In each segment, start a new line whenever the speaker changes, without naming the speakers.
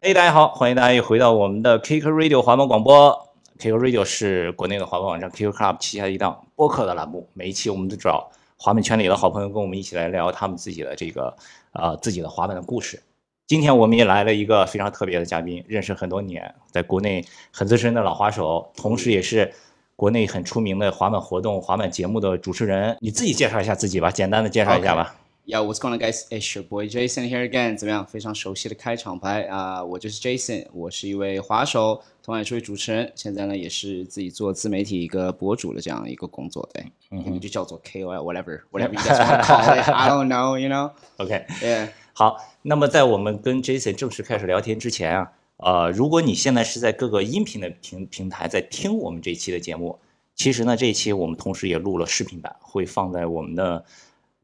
哎，大家好，欢迎大家又回到我们的 QQ Radio 华文广播。QQ Radio 是国内的华文网站 QQ Club 旗下的一档播客的栏目，每一期我们都找华文圈里的好朋友跟我们一起来聊他们自己的这个呃自己的华文的故事。今天我们也来了一个非常特别的嘉宾，认识很多年，在国内很资深的老滑手，同时也是国内很出名的滑板活动、滑板节目的主持人。你自己介绍一下自己吧，简单的介绍一下吧。
Yeah, what's going on, guys? It's your boy Jason here again. 怎么样？非常熟悉的开场白啊我就是 Jason，我是一位滑手，同样也是位主持人，现在呢也是自己做自媒体一个博主的这样一个工作，对，
嗯
你们就叫做 KOL, whatever, whatever you guys want to call it. I don't know, you know?
OK，
Yeah.
好，那么在我们跟 Jason 正式开始聊天之前啊，呃，如果你现在是在各个音频的平平台在听我们这一期的节目，其实呢，这一期我们同时也录了视频版，会放在我们的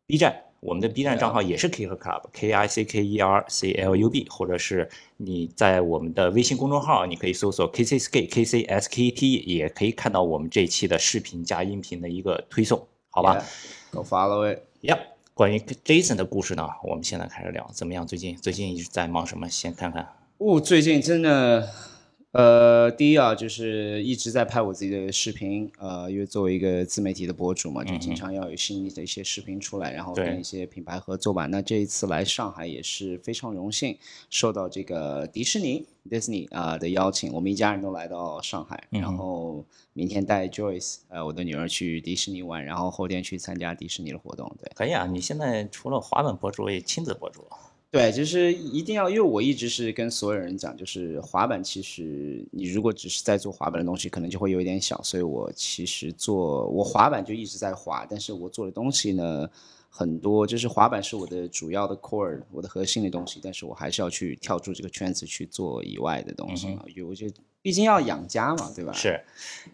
B 站，我们的 B 站账号也是 Kicker Club K I C K E R C L U B，或者是你在我们的微信公众号，你可以搜索 K C S K K C S K E T，也可以看到我们这一期的视频加音频的一个推送， 好吧
Yeah.，Go follow it.
y e p 关于 Jason 的故事呢，我们现在开始聊，怎么样？最近最近一直在忙什么？先看看。
哦，最近真的，呃，第一啊，就是一直在拍我自己的视频，呃，因为作为一个自媒体的博主嘛，就经常要有新的一些视频出来，然后
对
跟一些品牌合作吧。那这一次来上海也是非常荣幸，受到这个迪士尼 Disney 啊、的邀请，我们一家人都来到上海，然后明天带 Joyce 呃我的女儿去迪士尼玩，然后后天去参加迪士尼的活动，对。
可以啊，你现在除了滑板博主，也亲子博主。
对，就是一定要，因为我一直是跟所有人讲，就是滑板，其实你如果只是在做滑板的东西，可能就会有一点小，所以我其实做我滑板就一直在滑，但是我做的东西呢，很多就是滑板是我的主要的 core，我的核心的东西，但是我还是要去跳出这个圈子去做以外的东西嘛，因为我觉得毕竟要养家嘛，对吧？
嗯是，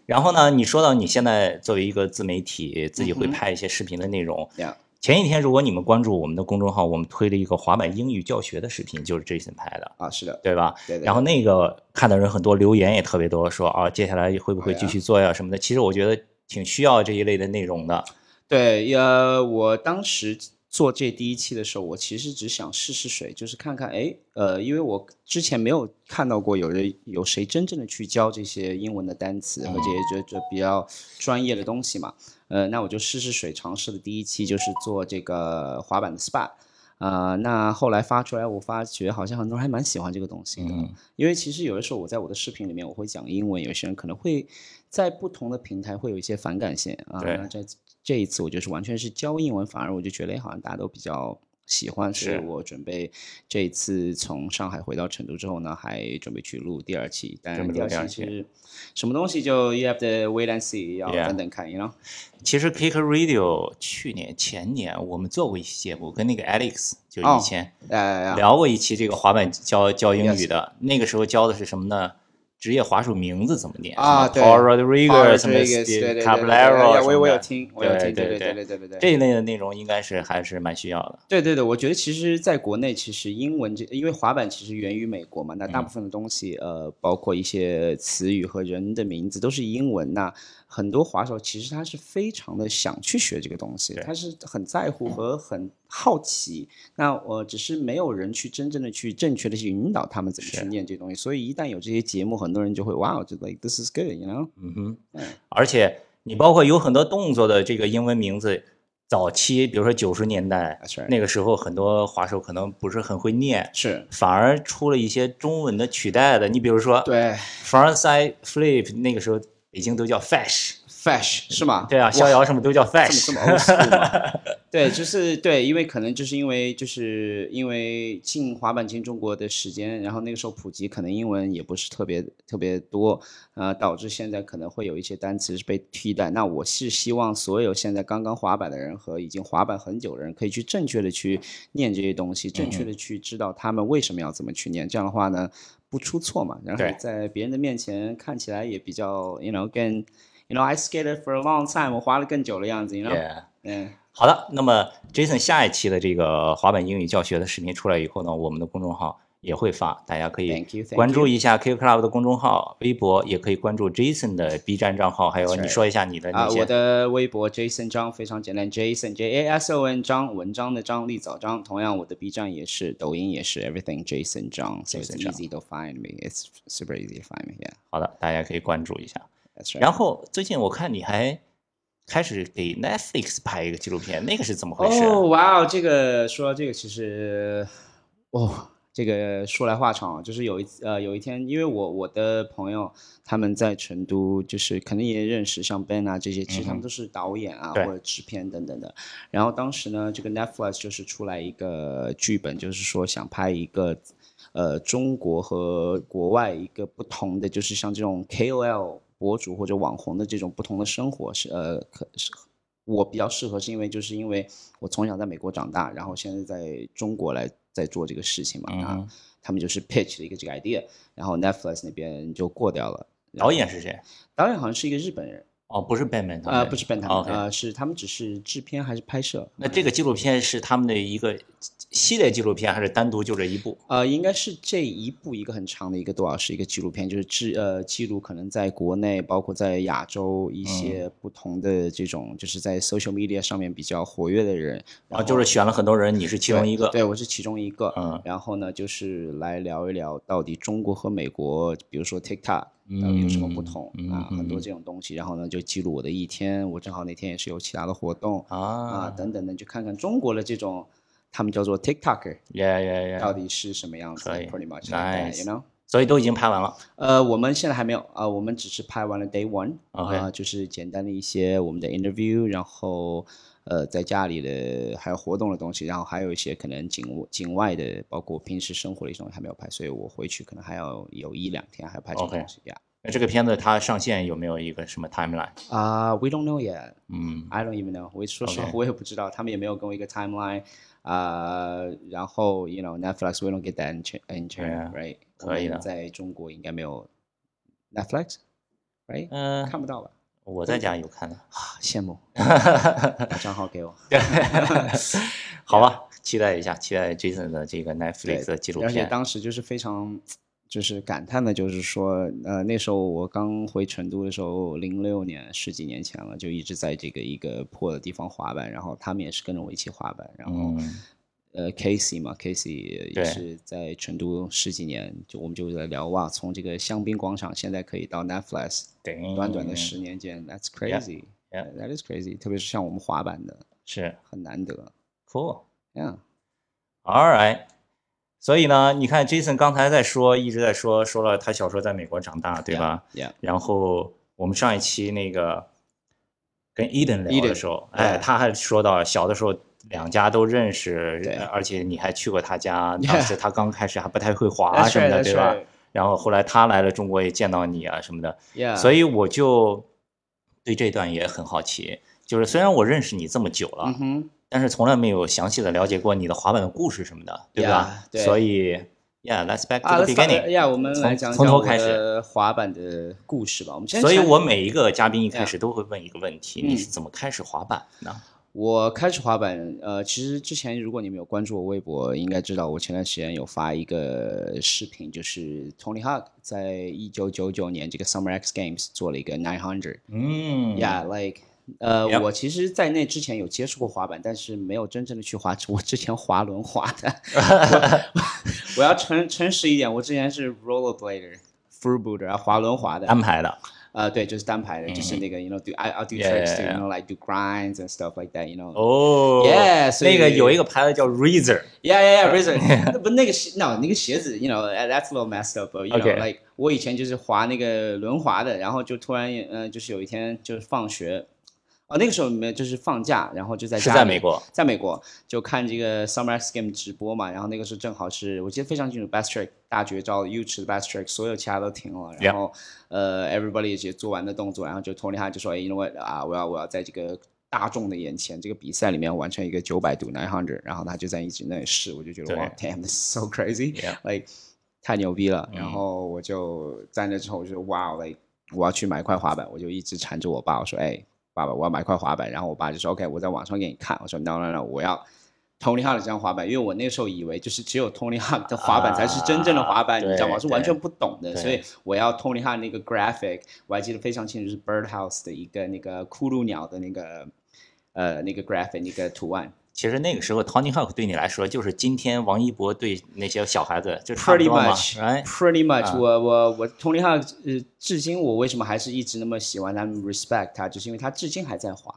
然后呢，你说到你现在作为一个自媒体，自己会拍一些视频的内容。
这样。
前几天，如果你们关注我们的公众号，我们推了一个滑板英语教学的视频，就是 Jason 拍的，
啊，是的，
对吧？
对的。
然后那个看到人很多留言也特别多，说啊，接下来会不会
哎呀
继续做呀什么的。其实我觉得挺需要这一类的内容的。
对，呃，我当时做这第一期的时候，我其实只想试试水，就是看看，哎，呃，因为我之前没有看到过有人有谁真正的去教这些英文的单词和这些这这比较专业的东西嘛，呃，那我就试试水，尝试的第一期就是做这个滑板的 SPA。啊、那后来发出来，我发觉好像很多人还蛮喜欢这个东西的，
嗯
因为其实有的时候我在我的视频里面我会讲英文，有些人可能会在不同的平台会有一些反感线啊。
对
那这这一次我就是完全是教英文，反而我就觉得哎好像大家都比较喜欢，所以
是
我准备这一次从上海回到成都之后呢，还准备去录第二期，但
准备
第
录
二
第二
期
期
是什么东西就 you have to wait and see，要
Yeah
等等看，you know。
其实 Kick Radio 去年前年我们做过一期节目，跟那个 Alex 就
哦
以前
呃，
聊过一期这个滑板教教英语的，那个时候教的是什么呢？职业滑手名字怎么念
啊
什么，Paul
一
Rodriguez 什么
对对对对
Steve
对
Caballero
我有我有
什么
听，我有听，
对对
对对
对
对对对对。
这一类的内容，应该是还是蛮需要的。
对对对，我觉得其实在国内，其实英文这因为滑板其实源于美国嘛，那大
嗯
部分的东西，呃，包括一些词语和人的名字都是英文。那很多滑手其实他是非常的想去学这个东西，
对嗯
他是很在乎和很好奇。那我、呃只是没有人去真正的去正确的去引导他们怎么去
是
念这东西，所以一旦有这些节目，很多人就会哇，哦就 like this is good，you know？
嗯哼
嗯，
而且你包括有很多动作的这个英文名字，早期比如说九十年代
That's right
那个时候，很多滑手可能不是很会念，
是
反而出了一些中文的取代的。你比如说，
对
Frontside Flip 那个时候北京都叫 Fash，
，Fash 是吗？
对啊，逍遥什么都叫
这
Fash，
么 old school 吗？对，就是对，因为可能就是因为就是因为进滑板进中国的时间，然后那个时候普及，可能英文也不是特别特别多，呃，导致现在可能会有一些单词是被替代。那我是希望所有现在刚刚滑板的人和已经滑板很久的人，可以去正确的去念这些东西，正确的
嗯
去知道他们为什么要怎么去念。这样的话呢，不出错嘛，然后
对
在别人的面前看起来也比较，you know，更。You know, I skated for a long time，我滑了更久的样子，you know。
Yeah
嗯，
好的，那么 Jason 下一期的这个滑板英语教学的视频出来以后呢，我们的公众号。也会发，大家可以
Thank you, thank
关
you
注一下 Q Club 的公众号、微博，也可以关注 Jason 的 B 站账号，还有
That's
你
right
说一下你的
啊，
那些。
我的微博 Jason 张非常简单，Jason J A S O N 张文章的张，立早张。同样，我的 B 站也是，抖音也是，everything Jason 张，so it's
Jason 张
easy to find me. It's super easy to find me. Yeah,
好的，大家可以关注一下。
that's right.
然后最近我看你还开始给 Netflix 拍一个纪录片，那个是怎么回事啊？
哦，哇哦，这个说到这个，其实哦，这个说来话长，就是有一次呃有一天，因为我我的朋友他们在成都，就是肯定也认识像 Ben 啊这些，其实他们都是导演
嗯
啊、
对
或者制片等等的。然后当时呢，这个 Netflix 就是出来一个剧本，就是说想拍一个。呃，中国和国外一个不同的，就是像这种 KOL 博主或者网红的这种不同的生活是呃，可是我比较适合，是因为就是因为我从小在美国长大，然后现在在中国来在做这个事情嘛，
嗯
啊
哼，哦
他们就是 pitch 了一个这个 idea，然后 Netflix 那边就过掉了。
导演是谁？
导演好像是一个日本人，
哦，不是 Batman 哦
呃，不是本他们，
OK，
呃，是他们只是制片还是拍摄？
那这个纪录片是他们的一个系列纪录片，还是单独就这一部？
呃，应该是这一部一个很长的一个多小时一个纪录片，就是记呃记录可能在国内，包括在亚洲一
嗯
些不同的这种，就是在 social media 上面比较活跃的人，
啊，
然后
就是选了很多人，你是其中一个。
对，我是其中一个。
嗯
然后呢，就是来聊一聊到底中国和美国，比如说 TikTok 到底有什么不同、
嗯
啊，
嗯
很多这种东西。然后呢，就记录我的一天。我正好那天也是有其他的活动啊
啊，
等等的，就看看中国的这种，他们叫做 TikToker
耶耶耶！
到底是什么样子的
可以
，pretty much
nice
like that，you know。
所以都已经拍完了。
呃，我们现在还没有啊、呃我们只是拍完了 day one，啊、
OK
就是简单的一些我们的 interview，然后呃，在家里的还有活动的东西，然后还有一些可能境外境外的，包括平时生活的一些东西还没有拍，所以我回去可能还要有一两天还要拍这个
OK
东西呀。
那这个片子它上线有没有一个什么 timeline？
啊、w e don't know yet。
嗯
I don't even know。我说实话
OK，
我也不知道，他们也没有给我一个 timeline 啊、然后，you know，Netflix we don't get that in Chi-
Yeah，
in China，right？
可以
我们
的
在中国应该没有 Netflix，right？
嗯、呃
看不到吧？
我在家有看的。
啊羡慕，把账号给我。
好吧，期待一下，期待 Jason 的这个 Netflix 的纪录
而且
片。
当时就是非常，就是感叹的，就是说，呃，那时候我刚回成都的时候，零六年十几年前了，就一直在这个一个破的地方滑板，然后他们也是跟着我一起滑板，然后、
嗯
呃，Casey 嘛，Casey
对
也是在成都十几年，就我们就在聊哇，从这个香槟广场现在可以到 Netflix，
对
短短的十年间，That's crazy，That
嗯 yeah
is crazy，特别是像我们滑板的，
是
很难得
cool。
，Yeah。
All right，所以呢，你看 Jason 刚才在说，一直在说，说了他小时候在美国长大，对吧？
Yeah,
然后我们上一期那个跟 Eden 聊
Eden，
的时候，哎，
yeah
他还说到小的时候两家都认识
对，
而且你还去过他 家，
Yeah
当时他刚开始还不太会滑
That's
什么
right,
的，
that's
对吧
right.？
然后后来他来了中国也见到你啊什么的，
yeah.
所以我就对这段也很好奇。就是虽然我认识你这么久了，
嗯哼，
但是从来没有详细的了解过你的滑板的故事什么的，对吧
Yeah，对
所以，Yeah，let's back
啊
to the
，Let's start-
beginning。
yeah，我们来
从
讲
从
讲
头
我
开
的滑板的故事吧。我们先
所以
讲
我每一个嘉宾一开始都会问一个问题：
嗯
你是怎么开始滑板的？
我开始滑板，呃，其实之前如果你们有关注我微博，应该知道我前段时间有发一个视频，就是 Tony Hawk 在一九九九年这个 Summer X Games 做了一个 nine hundred。
嗯
Yeah，like，呃
Yep
我其实，在那之前有接触过滑板，但是没有真正的去滑。我之前滑轮滑 的，我 我要诚诚实一点，我之前是 rollerblader、f r u i t b o o t e r 滑轮滑的。
安排的。
呃，对，就是单排的，就是那个，you know，do I I do
Yeah,
tricks
yeah,
too，you
嗯 yeah.
know like do grinds and stuff like that，you know。
哦
Yeah，所以
那个有一个呃牌子叫 Razer。
Yeah, yeah, yeah, Razor 。那不那个鞋，no，那个鞋子，you know，that's a little messed up，but you
Okay.
know，like 我以前就是滑那个轮滑的，然后就突然，呃，就是有一天就是放学，哦，那个时候没有就是放假，然后就在
是
家
在
里
美国，
在美国就看这个 Summer X Game 直播嘛，然后那个时候正好是我记得非常清楚，Best Trick 大绝招，U 池的 Best Trick，所有其他都停了，然后呃，everybody 也做完的动作，然后就 Tony h a 就说，哎，因为啊，我要我要在这个大众的眼前这个比赛里面完成一个九百 do nine hundred，然后他就在一直那里试，我就觉得
对
哇，damn，this is so crazy，like
Yeah 嗯
太牛逼了，然后我就在那之后我就说哇，like 我要去买块滑板，我就一直缠着我爸，我说，哎，爸爸，我要买块滑板。然后我爸就说，OK，我在网上给你看。我说，no no no，我要 Tony Hawk 这张滑板，因为我那时候以为就是只有 Tony Hawk 的滑板才是真正的滑板，
啊
你知道
对
吗？我是完全不懂的，
对
所以我要 Tony Hawk 那个 graphic，我还记得非常清楚，是 Birdhouse 的一个那个骷髅鸟的那个呃那个 graphic 那个图案
其实那个时候，Tony Hawk 对你来说就是今天王一博对那些小孩子就差不
，pretty
多嘛
much，pretty much，,、
哎，啊
我我我 Tony Hawk，呃，至今我为什么还是一直那么喜欢他们 respect 他，就是因为他至今还在滑。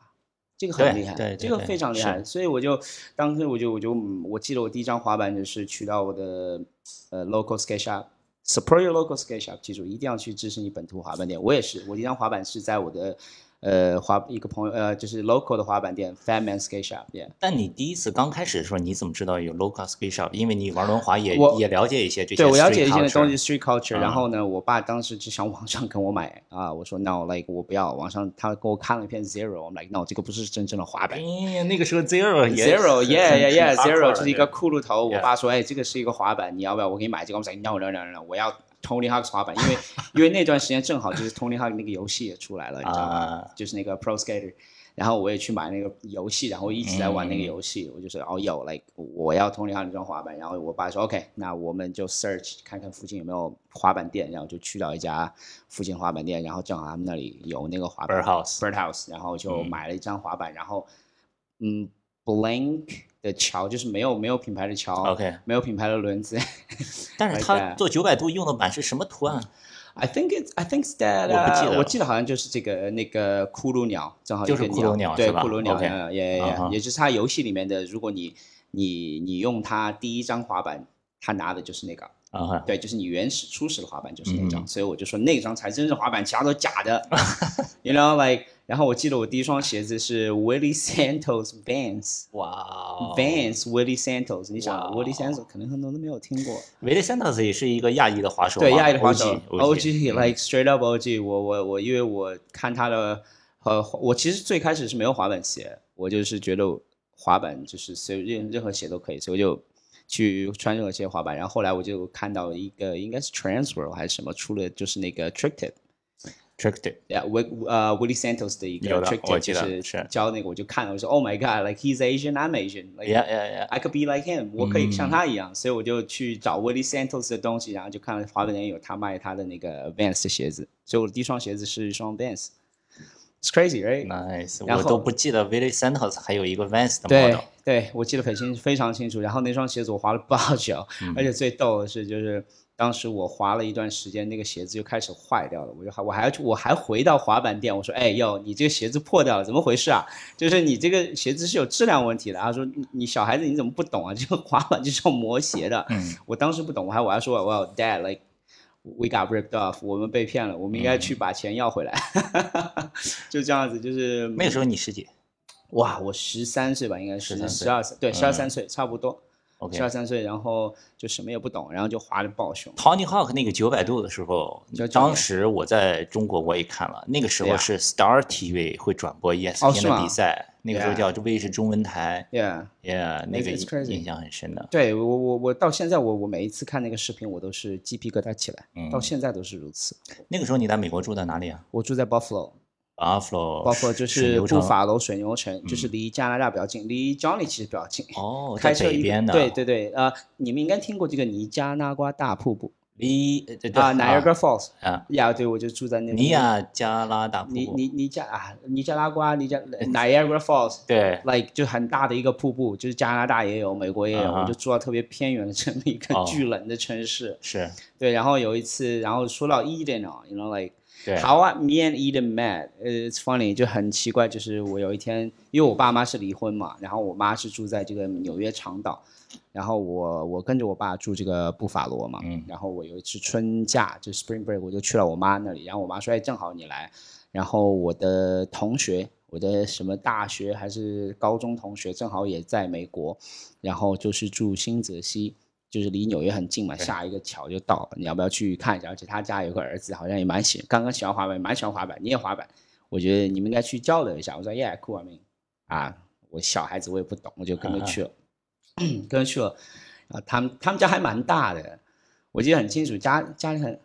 这个很
对
厉害，
对对
这个
对
非常厉害，所以我就当时我就我就嗯我记得我第一张滑板就是去到我的呃 local skate shop。Support your local skate shop，记住一定要去支持你本土滑板店。我也是，我第一张滑板是在我的呃滑一个朋友呃就是 local 的滑板店 Fat Man Skate Shop 店。
但你第一次刚开始的时候，你怎么知道有 local skate shop？因为你玩轮滑也
我
也了解一些这些，
对我了解一些东西。street culture，、
啊
然后呢，我爸当时就想网上跟我买啊，我说 no，like 我不要，网上他给我看了一篇 zero，我 like no，这个不是真正的滑板。
哎，那个时候 zero 也
Zero,
很
yeah,
很
yeah, yeah,
很 hardcore
Zero，
的
这是一个骷髅头。我
Yeah
爸说，哎，这个是一个滑板，你要不要？我给你买这个。我们说，no, no, no, no，我要 Tony Hawk 滑板，因为因为那段时间正好就是 Tony Hawk 那个游戏也出来了，你知道吗
啊？
就是那个 Pro Skater。然后我也去买那个游戏，然后一直在玩
嗯
那个游戏。我就说，哦，有，like 我要 Tony Hawk 那双滑板。然后我爸说，OK，那我们就 search 看看附近有没有滑板店。然后就去到一家附近滑板店，然后正好他们那里有那个滑板
Birdhouse
Birdhouse，然后就
嗯
买了一张滑板，然后嗯，Blank 的桥就是没有没有品牌的桥
啊 OK
没有品牌的轮子。
但是
Like
他
that
做九百度用的板是什么图案？
I think it's I think it's that
我不记得
uh, 我记得好像就是这个那个骷髅鸟，正好一个
就是骷髅鸟
对
是吧
骷髅鸟
OK
呃也也
啊哈
也就是它游戏里面的，如果你你你用它第一张滑板，它拿的就是那个。
啊哈，
对，就是你原始初始的滑板就是那张，
嗯
所以我就说那张才真正滑板，其他都假 的。you know like，然后我记得我第一双鞋子是 Willie Santos Vans。
哇哦
Vans Willie Santos，你想
哇
Willie Santos 可能很多人都没有听过，
维利 Santos 也是一个亚裔的滑手嘛，
对，亚裔的滑手
OG，OG
like straight up OG，我我我因为我看他的呃，我其实最开始是没有滑板鞋，我就是觉得滑板就是随任任何鞋都可以，所以我就去穿任何鞋滑板，然后后来我就看到一个应该是 Transworld 还是什么出了就是那个 Trick Tip。
Trick Day，
Yeah, Wi- 呃 Willie Santos 的一个
有的
trick
我
tip
记
就
得
是
是
教那个，我就看了，我说 Oh my God, like he's Asian, I'm Asian, like
yeah yeah yeah，
I could be like him，我可以像他一样，所以我就去找 Willie Santos 的东西，然后就看了滑板店有他卖他的那个 Vans 的鞋子，所以我的第一双鞋子是一双 Vans。It's crazy, right？
Nice，
然
我
后
都不记得 Willie Santos 还有一个 Vans 的
对
model。
对，我记得很清非常清楚。然后那双鞋子我滑了不好久，
嗯
而且最逗的是，就是当时我滑了一段时间，那个鞋子就开始坏掉了。我就还我还要去，我还回到滑板店，我说：“哎哟，你这个鞋子破掉了，怎么回事啊？就是你这个鞋子是有质量问题的。”他说你：“你小孩子你怎么不懂啊？ 这个滑板就是要磨鞋的。”
嗯，
我当时不懂，我还我还说：“我要 dad like。” We got ripped off，我们被骗了，我们应该
嗯
去把钱要回来， 就这样子，就是
那个时候你十几
哇，我十三岁吧，应该是
13岁
十二岁，对，
嗯
十二三岁差不多，
？OK
十。二三岁，然后就什么也不懂，然后就滑的爆凶。
Tony Hawk 那个九百度的时候
就，就
当时我在中国我也看了，那个时
对
候
啊
是 Star TV 会转播 E
哦
ESPN
是
的
吗
比赛，那个时候
Yeah
叫卫视中文台
Yeah，
，Yeah，那个
It's crazy
印象很深的。
对我我我到现在我我每一次看那个视频，我都是鸡皮疙瘩起来，
嗯
到现在都是如此。
那个时候你在美国住在哪里啊
我住在 Buffalo，
？Buffalo，
包括
水
就是
牛
布
城。
法罗水牛城，就是离加拿大比较近，离 Johnny 其实比较近。
哦，
开
在
车
北
一
边的。
对对对，呃，你们应该听过这个尼加拉瓜大瀑布
离呃对对
啊，Niagara Falls。
啊，
呀，对，我就住在那边。
尼亚加拉大瀑
尼
布。呃
尼尼加啊，尼加拉瓜，尼加 Niagara Falls，
对，
like 就很大的一个瀑布，就是加拿大也有，美国也有
啊哈
我就住到特别偏远的这么一个
哦
巨冷的城市。
是，
对，然后有一次，然后说到 Eden 啊，you know like
对。
how I, me and Eden met，it's funny，就很奇怪，就是我有一天，因为我爸妈是离婚嘛，然后我妈是住在这个纽约长岛，然后我我跟着我爸住这个布法罗嘛，
嗯
然后我有一次春假就 Spring Break，我就去了我妈那里，然后我妈说，哎，正好你来，然后我的同学，我的什么大学还是高中同学，正好也在美国，然后就是住新泽西，就是离纽约很近嘛，
对
下一个桥就到了。你要不要去看一下？而且他家有个儿子，好像也蛮喜，刚刚喜欢滑板，蛮喜欢滑板，你也滑板，我觉得你们应该去交流一下。我说 Yeah, cool, I mean，啊，我小孩子我也不懂，我就跟着去了， 跟着啊去了。啊，他们他们家还蛮大的，我记得很清楚，家家里很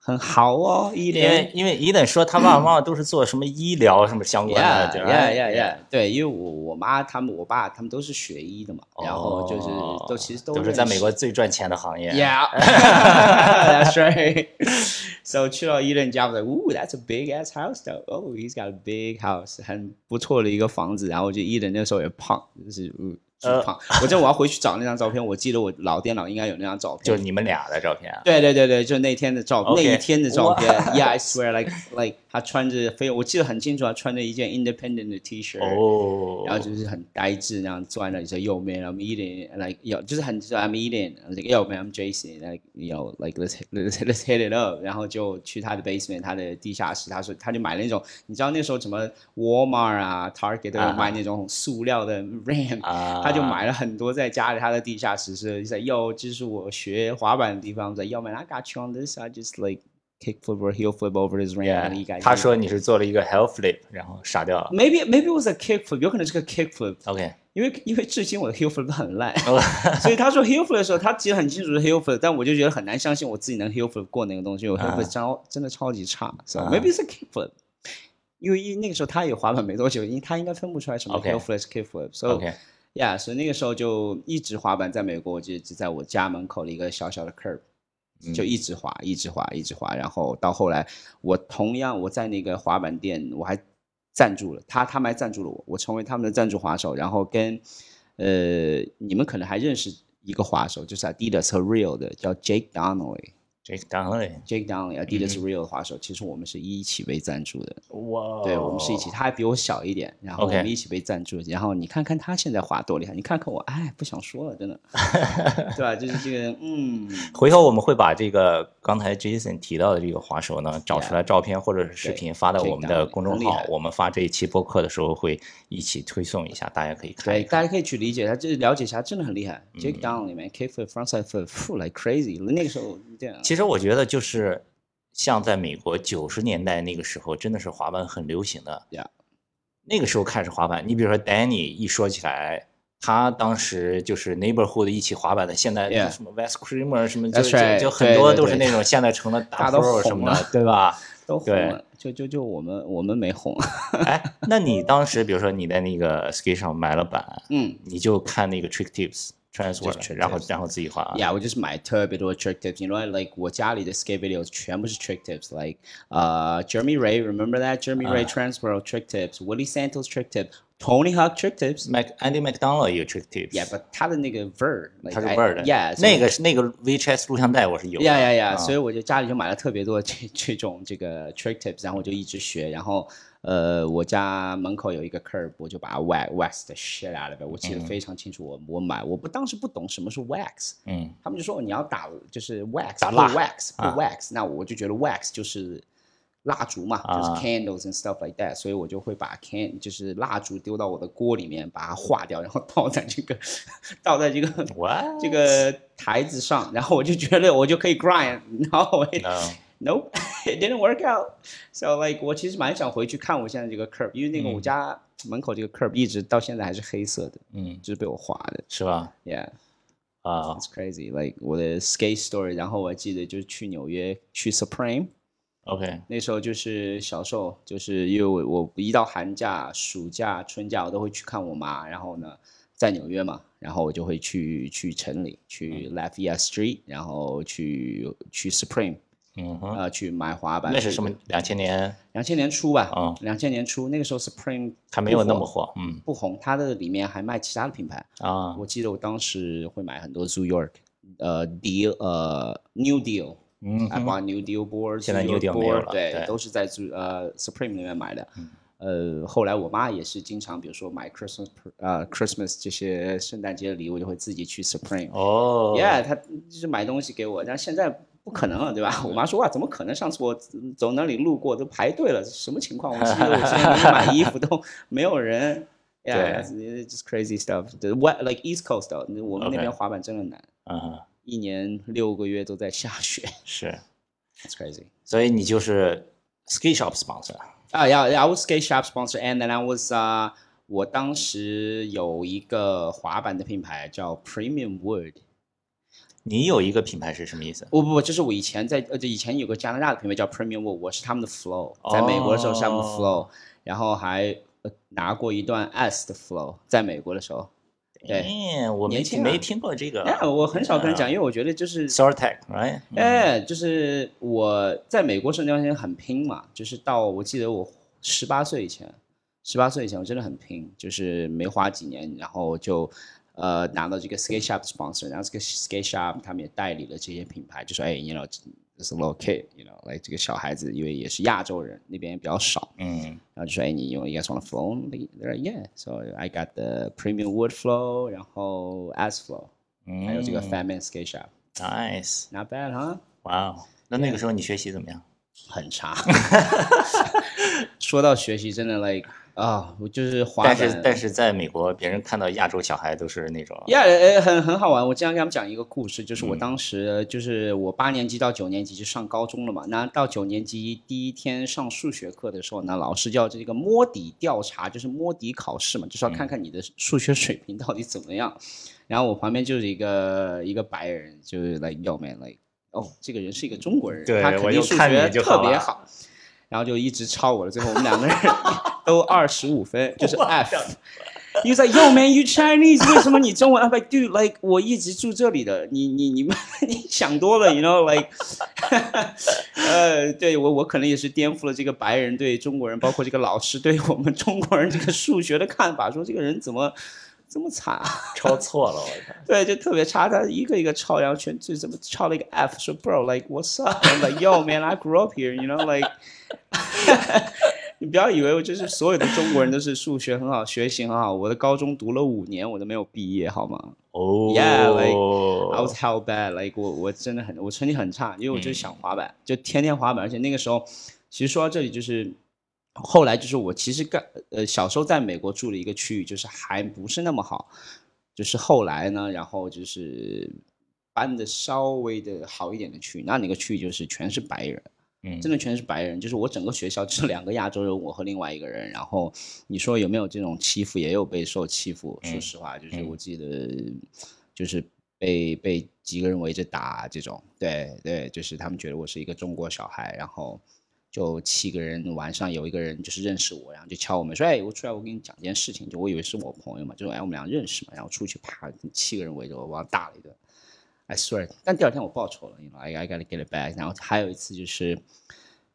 很好哦，一
因为
连。
因为伊莲说他爸爸妈妈都是做什么医疗什么相关的，
呀
就是
呀呀呀！对，因为我我妈他们我爸他们都是学医的嘛，然后就是
哦
都其实都
都是
认
在美
识
国最赚钱的行业。
Yeah, that's right. So 去了伊人家，我说，Ooh, that's a big ass house, though. Oh, he's got a big house，很不错的一个房子。然后就伊人那时候也胖，就是嗯，
呃
巨胖。我真的我要回去找那张照片，我记得我老电脑应该有那张照
就
片
是。你们俩的照片啊，
对对对对，就那天的照
OK，
那一天的照片。Yeah, I swear, like like 他穿着非，我记得很清楚，他穿着一件 Independent 的 T 恤。
Oh。哦，
然后就是很呆滞，然后坐在那里说 “Yo man, I'm eating,” like yo，就是很就是 “I'm eating”，我 like “Yo man, I'm Jason,” like yo like let's let's let's hit it up。然后就去他的 basement，他的地下室，他说他就买了那种，你知道那时候什么 Walmart 啊、Target 都
啊
有
哈
卖那种塑料的 ramp，、
啊，
他就买了很多在家里他的地下室是在 “Yo，这是我学滑板的地方”，在 “Yo man, I got you on this, I just like kick flip or heel flip over this ramp”，、
Yeah，
and you got
他
you."
说你是做了一个 hell flip，然后傻掉 了。
Maybe maybe it was a kick flip，有可能是个 kick flip，
OK，
因为因为至今我的 heel flip 都很烂，
哦
所以他说 heel flip 的时候，他其实很清楚是 heel flip，但我就觉得很难相信我自己能 heel flip 过那个东西，我 heel
啊
flip 超真的超级差，so
啊
maybe it's a kick flip。因为一那个时候他也滑板没多久，因为他应该分不出来什么
OK
heel flip 是 kick flip，so
OK，
yeah，所以那个时候就一直滑板，在美国我记得只在我家门口的一个小小的 curb，
嗯
就一直滑，一直滑，一直滑，然后到后来，我同样我在那个滑板店，我还赞助了他，他们还赞助了我，我成为他们的赞助滑手，然后跟呃，你们可能还认识一个滑手，就是 Adidas 和 Real 的，叫 Jake Donnelly，Jake
这个当然，
Donnelly Adidas Real 的滑手，其实我们是一起被赞助的，
哇，
对我们是一起，他还比我小一点，然后
哦
我
OK
们一起被赞助。然后你看看他现在滑多厉害，你看看我，哎，不想说了，真的，对吧？就是这个，嗯，
回头我们会把这个刚才 Jason 提到的这个滑手呢，找出来照片或者是视频发到我们的公众
这个当然
号
很厉。害
我们发这一期播客的时候会一起推送一下，大家可以看
对，
一看。
哎大家可以去理解他，就是了解一下，真的很厉害。Jake
嗯
Down 里面 K foot frontside foot f like crazy，那个时候这样，
其实我觉得就是像在美国九十年代那个时候，真的是滑板很流行的。
Yeah
那个时候开始滑板，你比如说 Danny 一说起来，他当时就是 neighborhood 一起滑板的，现在
Yeah
什么 West Creamer 什么就
That's
就
right，
就很
对
多
对
都是
对
那种现在成了
大都
pro 什
红
么的
了，
对吧？
都红
对
了，就就就我们我们没红，
哎，那你当时比如说你在那个 skate 上买了板，
嗯。
你就看那个 trick tips transfer，
就是 Trick
然后
Tips
然后自己滑。
Yeah，我就是买特别多 trick tips，you know，like 我家里的 skate videos 全部是 trick tips，like 呃、Jeremy Ray，remember that？Jeremy Ray
Uh-huh
transfer trick tips，Willie Santos trick tip，Tony Hawk trick tips，
Mac Andy McDonald 也有 trick tips。
Yeah, but 他的那个 ver，
它是 Bird 的
哎 Yeah，所以
那个是那个 VHS 录像带我是有的。
呀呀呀！
啊
所以我就家里就买了特别多这这种这个 trick tips，然后我就一直学，然后呃，我家门口有一个 curb，我就把它 wax wax the shit out of it。我记得非常清楚，我我买，我不当时不懂什么是 wax，
嗯，
他们就说你要打就是 wax，
打
不
蜡
wax 不
啊
wax，那我就觉得 wax 就是。蜡烛嘛，就
啊
是 candles and stuff like that，、所以我就会把 can 就是蜡烛丢到我的锅里面，把它化掉，然后倒在这个倒在这个
我
这个台子上，然后我就觉得我就可以 grind，然后我也
no
nope it didn't work out。So like 我其实蛮想回去看我现在这个 curb，因为那个我家门口这个 curb 一直到现在还是黑色的，
嗯
就是被我划的。
是吧？
Yeah,
啊
it's crazy. Like 我的 skate story，然后我还记得就是去纽约去 Supreme，
，OK，
那时候就是小时候，就是因为我我一到寒假、暑假、春假，我都会去看我妈。然后呢，在纽约嘛，然后我就会去去城里，
嗯
去 Lafayette Street，然后去去 Supreme，
嗯哼，
呃，去买滑板。
那是什么？两千年
两千年初吧，
啊，
两千年初那个时候 Supreme
还没有那么火，嗯
不红，它的里面还卖其他的品牌。
啊
我记得我当时会买很多 Zoo York，呃，Deal，呃，New Deal。
嗯
I
哼
bought new deal board，
现在
new
new deal 没有
board，
了对嗯
对，都是在租呃 Supreme 那边买的。呃，后来我妈也是经常，比如说买 Christmas 呃 Christmas 这些圣诞节的礼物，就会自己去 Supreme。
哦
Yeah，她就是买东西给我，但现在不可能了，对吧？我 妈说哇，怎么可能？上次我走那里路过都排队了，什么情况？我记得我现在去买衣服都 没有人。Yeah，it's just crazy stuff. The wet like East Coast，though，我们那
OK
边滑板真的难，
嗯
一年六个月都在下雪。
是，
That's crazy.
所以你就是 ski shop sponsor，
啊、y e a h I was skate shop sponsor, and then I was 啊、我当时有一个滑板的品牌叫 Premium Wood，
你有一个品牌是什么意思？
我不不，这是我以前在呃，以前有个加拿大的品牌叫 Premium World，我是他们的 Flow，在美国的时候是他们的
哦
Flow，、然后还、呃拿过一段 S 的 Flow，在美国的时候。对
哎，我没
年轻
听
啊
没听过这个。
哎、我很少跟人讲，因为我觉得就是，
s o r t e c right？
哎，就是我在美国生活那段时间很拼嘛，就是到我记得我十八岁以前，十八岁以前我真的很拼，就是没花几年，然后就。呃，拿到这个 skate shop sponsor，然后这个 skate shop 他们也代理了这些品牌，就说，哎，you know，这是 local kid，you know，like 这个小孩子，因为也是亚洲人，那边也比较少，
嗯
然后就说，哎，你用 you guys want flow only？They're like, yeah，so I got the premium wood flow，然后 as flow，
嗯，
还有这个 f a m i n skate shop。
nice，
Not bad 哈、
哇哦！那那个时候你学习怎么样？
很差。 说到学习，真的 like 啊、我就是滑
但
板。
是但是在美国，别人看到亚洲小孩都是那种，
呀，呃，很很好玩。我经常给他们讲一个故事，就是
嗯
我当时就是我八年级到九年级就上高中了嘛。那到九年级第一天上数学课的时候呢，老师叫这个摸底调查，就是摸底考试嘛，就是要看
嗯
看你的数学水平到底怎么样。然后我旁边就是一个一个白人，就是 like yo man like 哦，这个人是一个中国人，
对
他肯
我
定
就
数
看
学
你就
特
好
别
了
好。然后就一直超我了，最后我 们两个人都二十五分，就是 F。He was like, "Yo, man, you Chinese? 为什么你中文？I'm like, dude, like 我一直住这里的，你你你你想多了，you know, like，呃，对我我可能也是颠覆了这个白人对中国人，包括这个老师对我们中国人这个数学的看法，说这个人怎么这么惨啊？
抄错了，我操！
对，就特别差，他一个一个抄，然后全就怎么抄了一个 F，说 Bro like what's up？I'm like yo man I grew up here，you know like 。你不要以为我就是所有的中国人都是数学很好，学习很好。我的高中读了五年，我都没有毕业，好吗
哦
Yeah, like,？I
，Oh
was hell bad，like 我我真的很我成绩很差，因为我就想滑板，就天天滑板，而且那个时候其实说到这里就是。后来就是我其实干呃小时候在美国住了一个区域，就是还不是那么好，就是后来呢，然后就是搬的稍微的好一点的区域，那那个区域就是全是白人，
嗯
真的全是白人，就是我整个学校只有两个亚洲人，我和另外一个人，然后你说有没有这种欺负，也有被受欺负，说
嗯
实话，就是
嗯
我记得就是被被几个人围着打这种，对对，就是他们觉得我是一个中国小孩，然后。就七个人，晚上有一个人就是认识我，然后就敲我门说：“哎，我出来，我跟你讲件事情。”就我以为是我朋友嘛，就说：“哎，我们俩认识嘛。”然后出去，啪，七个人围着我，把我打了一顿。I swear，但第二天我报仇了，you know，I I gotta get it back。然后还有一次就是，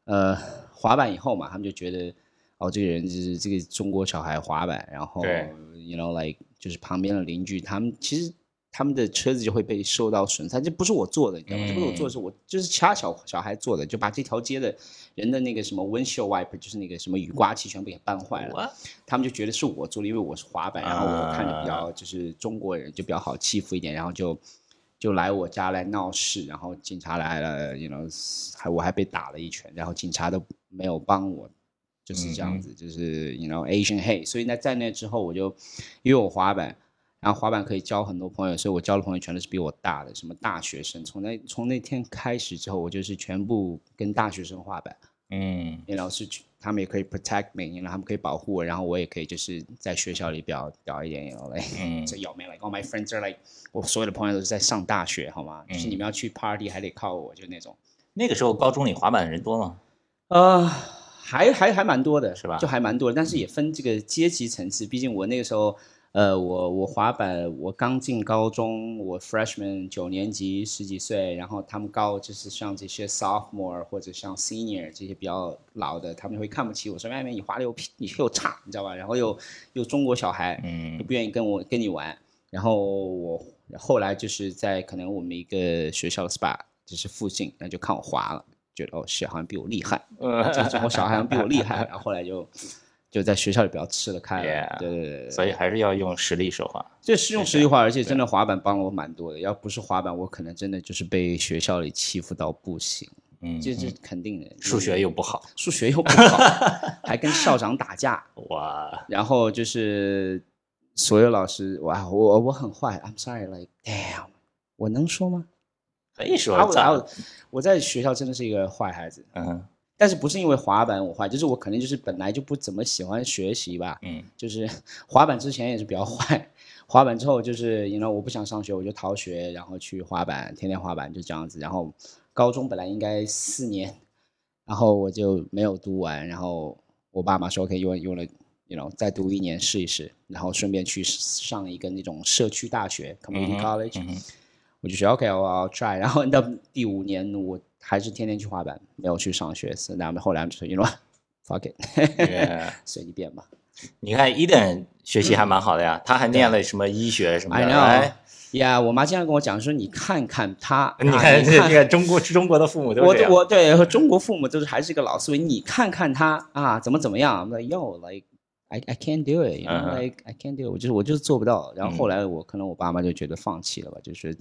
呃，滑板以后嘛，他们就觉得，哦，这个人就是这个中国小孩滑板，然后
对
，you know like 就是旁边的邻居，他们其实他们的车子就会被受到损伤，这不是我做的，你知道吗？这不是我做的，是我就是其他小小孩做的，就把这条街的人的那个什么 windshield wiper，就是那个什么雨刮器全部给搬坏了。
What？
他们就觉得是我做的，因为我是滑板，然后我看着比较
啊
就是中国人就比较好欺负一点，然后就就来我家来闹事，然后警察来了，you know，还我还被打了一拳，然后警察都没有帮我，就是这样子，就是 you know Asian hate，所以呢，在那之后我就因为我滑板。然后滑板可以交很多朋友，所以我交的朋友全都是比我大的，什么大学生。从那从那天开始之后，我就是全部跟大学生滑板。
嗯
然后是去他们也可以 protect me，然后他们可以保护我，然后我也可以就是在学校里表表一点然后 like
嗯
这有没有 like all my friends are like 我所有的朋友都是在上大学好吗？就是你们要去 party 还得靠我，就那种。
那个时候高中里滑板的人多吗？
呃，还还还蛮多的，
是吧嗯
就还蛮多的，但是也分这个阶级层次。毕竟我那个时候，呃，我我滑板，我刚进高中，我 freshman 九年级十几岁，然后他们高就是像这些 sophomore 或者像 senior 这些比较老的，他们会看不起我，说哎外面你滑的又屁你又差，你知道吧？然后又又中国小孩，就
嗯
不愿意跟我跟你玩。然后我后来就是在可能我们一个学校的 SPA 就是附近，那就看我滑了，觉得哦是好像比我厉害，这个中国小孩好像比我 厉害。然后后来就就在学校里比较吃得开了
Yeah，
对对对对，
所以还是要用实力说话。
这是用实力化，而且真的滑板帮了我蛮多的。要不是滑板，我可能真的就是被学校里欺负到不行，
嗯，
这这肯定的。
数学又不好，
数学又不好，还跟校长打架。
哇，
然后就是所有老师，哇，我我很坏，I'm sorry，like damn，我能说吗？
可以说
啊我
咋
我我在学校真的是一个坏孩子，
嗯
但是不是因为滑板我坏，就是我可能就是本来就不怎么喜欢学习吧，
嗯
就是滑板之前也是比较坏，滑板之后就是因为我不想上学，我就逃学，然后去滑板，天天滑板就这样子。然后高中本来应该四年，然后我就没有读完，然后我爸妈说可以用用了。you know，再读一年试一试，然后顺便去上一个那种社区大学 （community
嗯哼
college），、
嗯哼
我就说 OK，我 I'll try。然后到第五年，我还是天天去滑板，没有去上学。所以然后后来就说 you know fuck it，
Yeah
随你便吧。
你看伊登学习还蛮好的呀，他还念了什么医学什么
I
的。
know
哎，。
呀、我妈经常跟我讲说，你看看他，
你
啊
看，这你看中国中国的父母都
我
这样。
我对中国父母就是还是一个老思维，你看看他啊，怎么怎么样，like yo like I I can't do it，you
嗯
know,
哼
like I can't do it，我就是我就是做不到。然后
嗯
后来我可能我爸妈就觉得放弃了吧，就是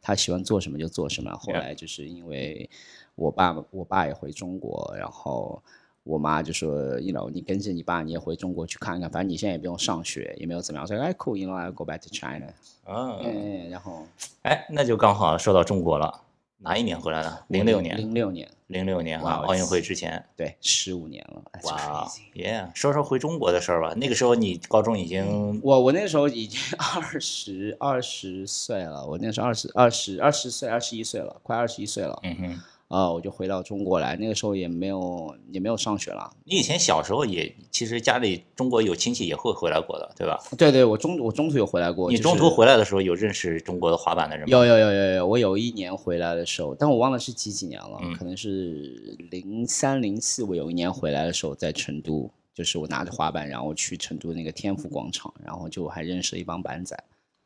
他喜欢做什么就做什么。后
Yeah
来就是因为我爸我爸也回中国，然后。我妈就说，you know，你跟着你爸，你也回中国去看看，反正你现在也不用上学，也没有怎么样。我说，哎，cool，you know，I go back to China。
嗯，
嗯，然后
哎，那就刚好说到中国了。哪一年回来的？零六年，
零六年，
零六年
哇
啊，奥运会之前。
对，十五年了。That's
哇哦
crazy.
，Yeah，说说回中国的事儿吧。那个时候你高中已经
我我那时候已经二十 二十岁了，我那时候二十二十二十岁，二十一岁了，快二十一岁了。
嗯哼，
啊、我就回到中国来，那个时候也没有也没有上学了。
你以前小时候也其实家里中国有亲戚也会回来过的，对吧？
对对，我中我中途有回来过。
你
就
中
是
途回来的时候有认识中国的滑板的人吗？
有有有有有，我有一年回来的时候，但我忘了是几几年了，
嗯
可能是零三零四。我有一年回来的时候在成都，就是我拿着滑板，然后去成都那个天府广场，然后就还认识了一帮板仔。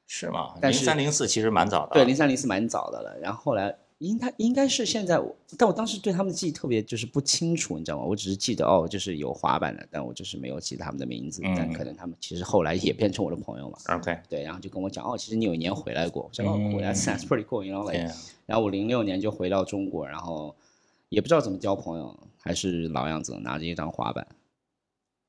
是吗？零
但是
三零四其实蛮早的。
对，零三零四蛮早的了。然后后来应该应该是现在我，但我当时对他们的记忆特别就是不清楚，你知道吗？我只是记得哦，就是有滑板的，但我就是没有记得他们的名字。但
嗯
可能他们其实后来也变成我的朋友嘛。
OK，
对，然后就跟我讲哦，其实你有一年回来过。我说哦
嗯，
回来 sounds pretty cool，you know like。
对，
然后我零六年就回到中国，然后也不知道怎么交朋友，还是老样子，拿着一张滑板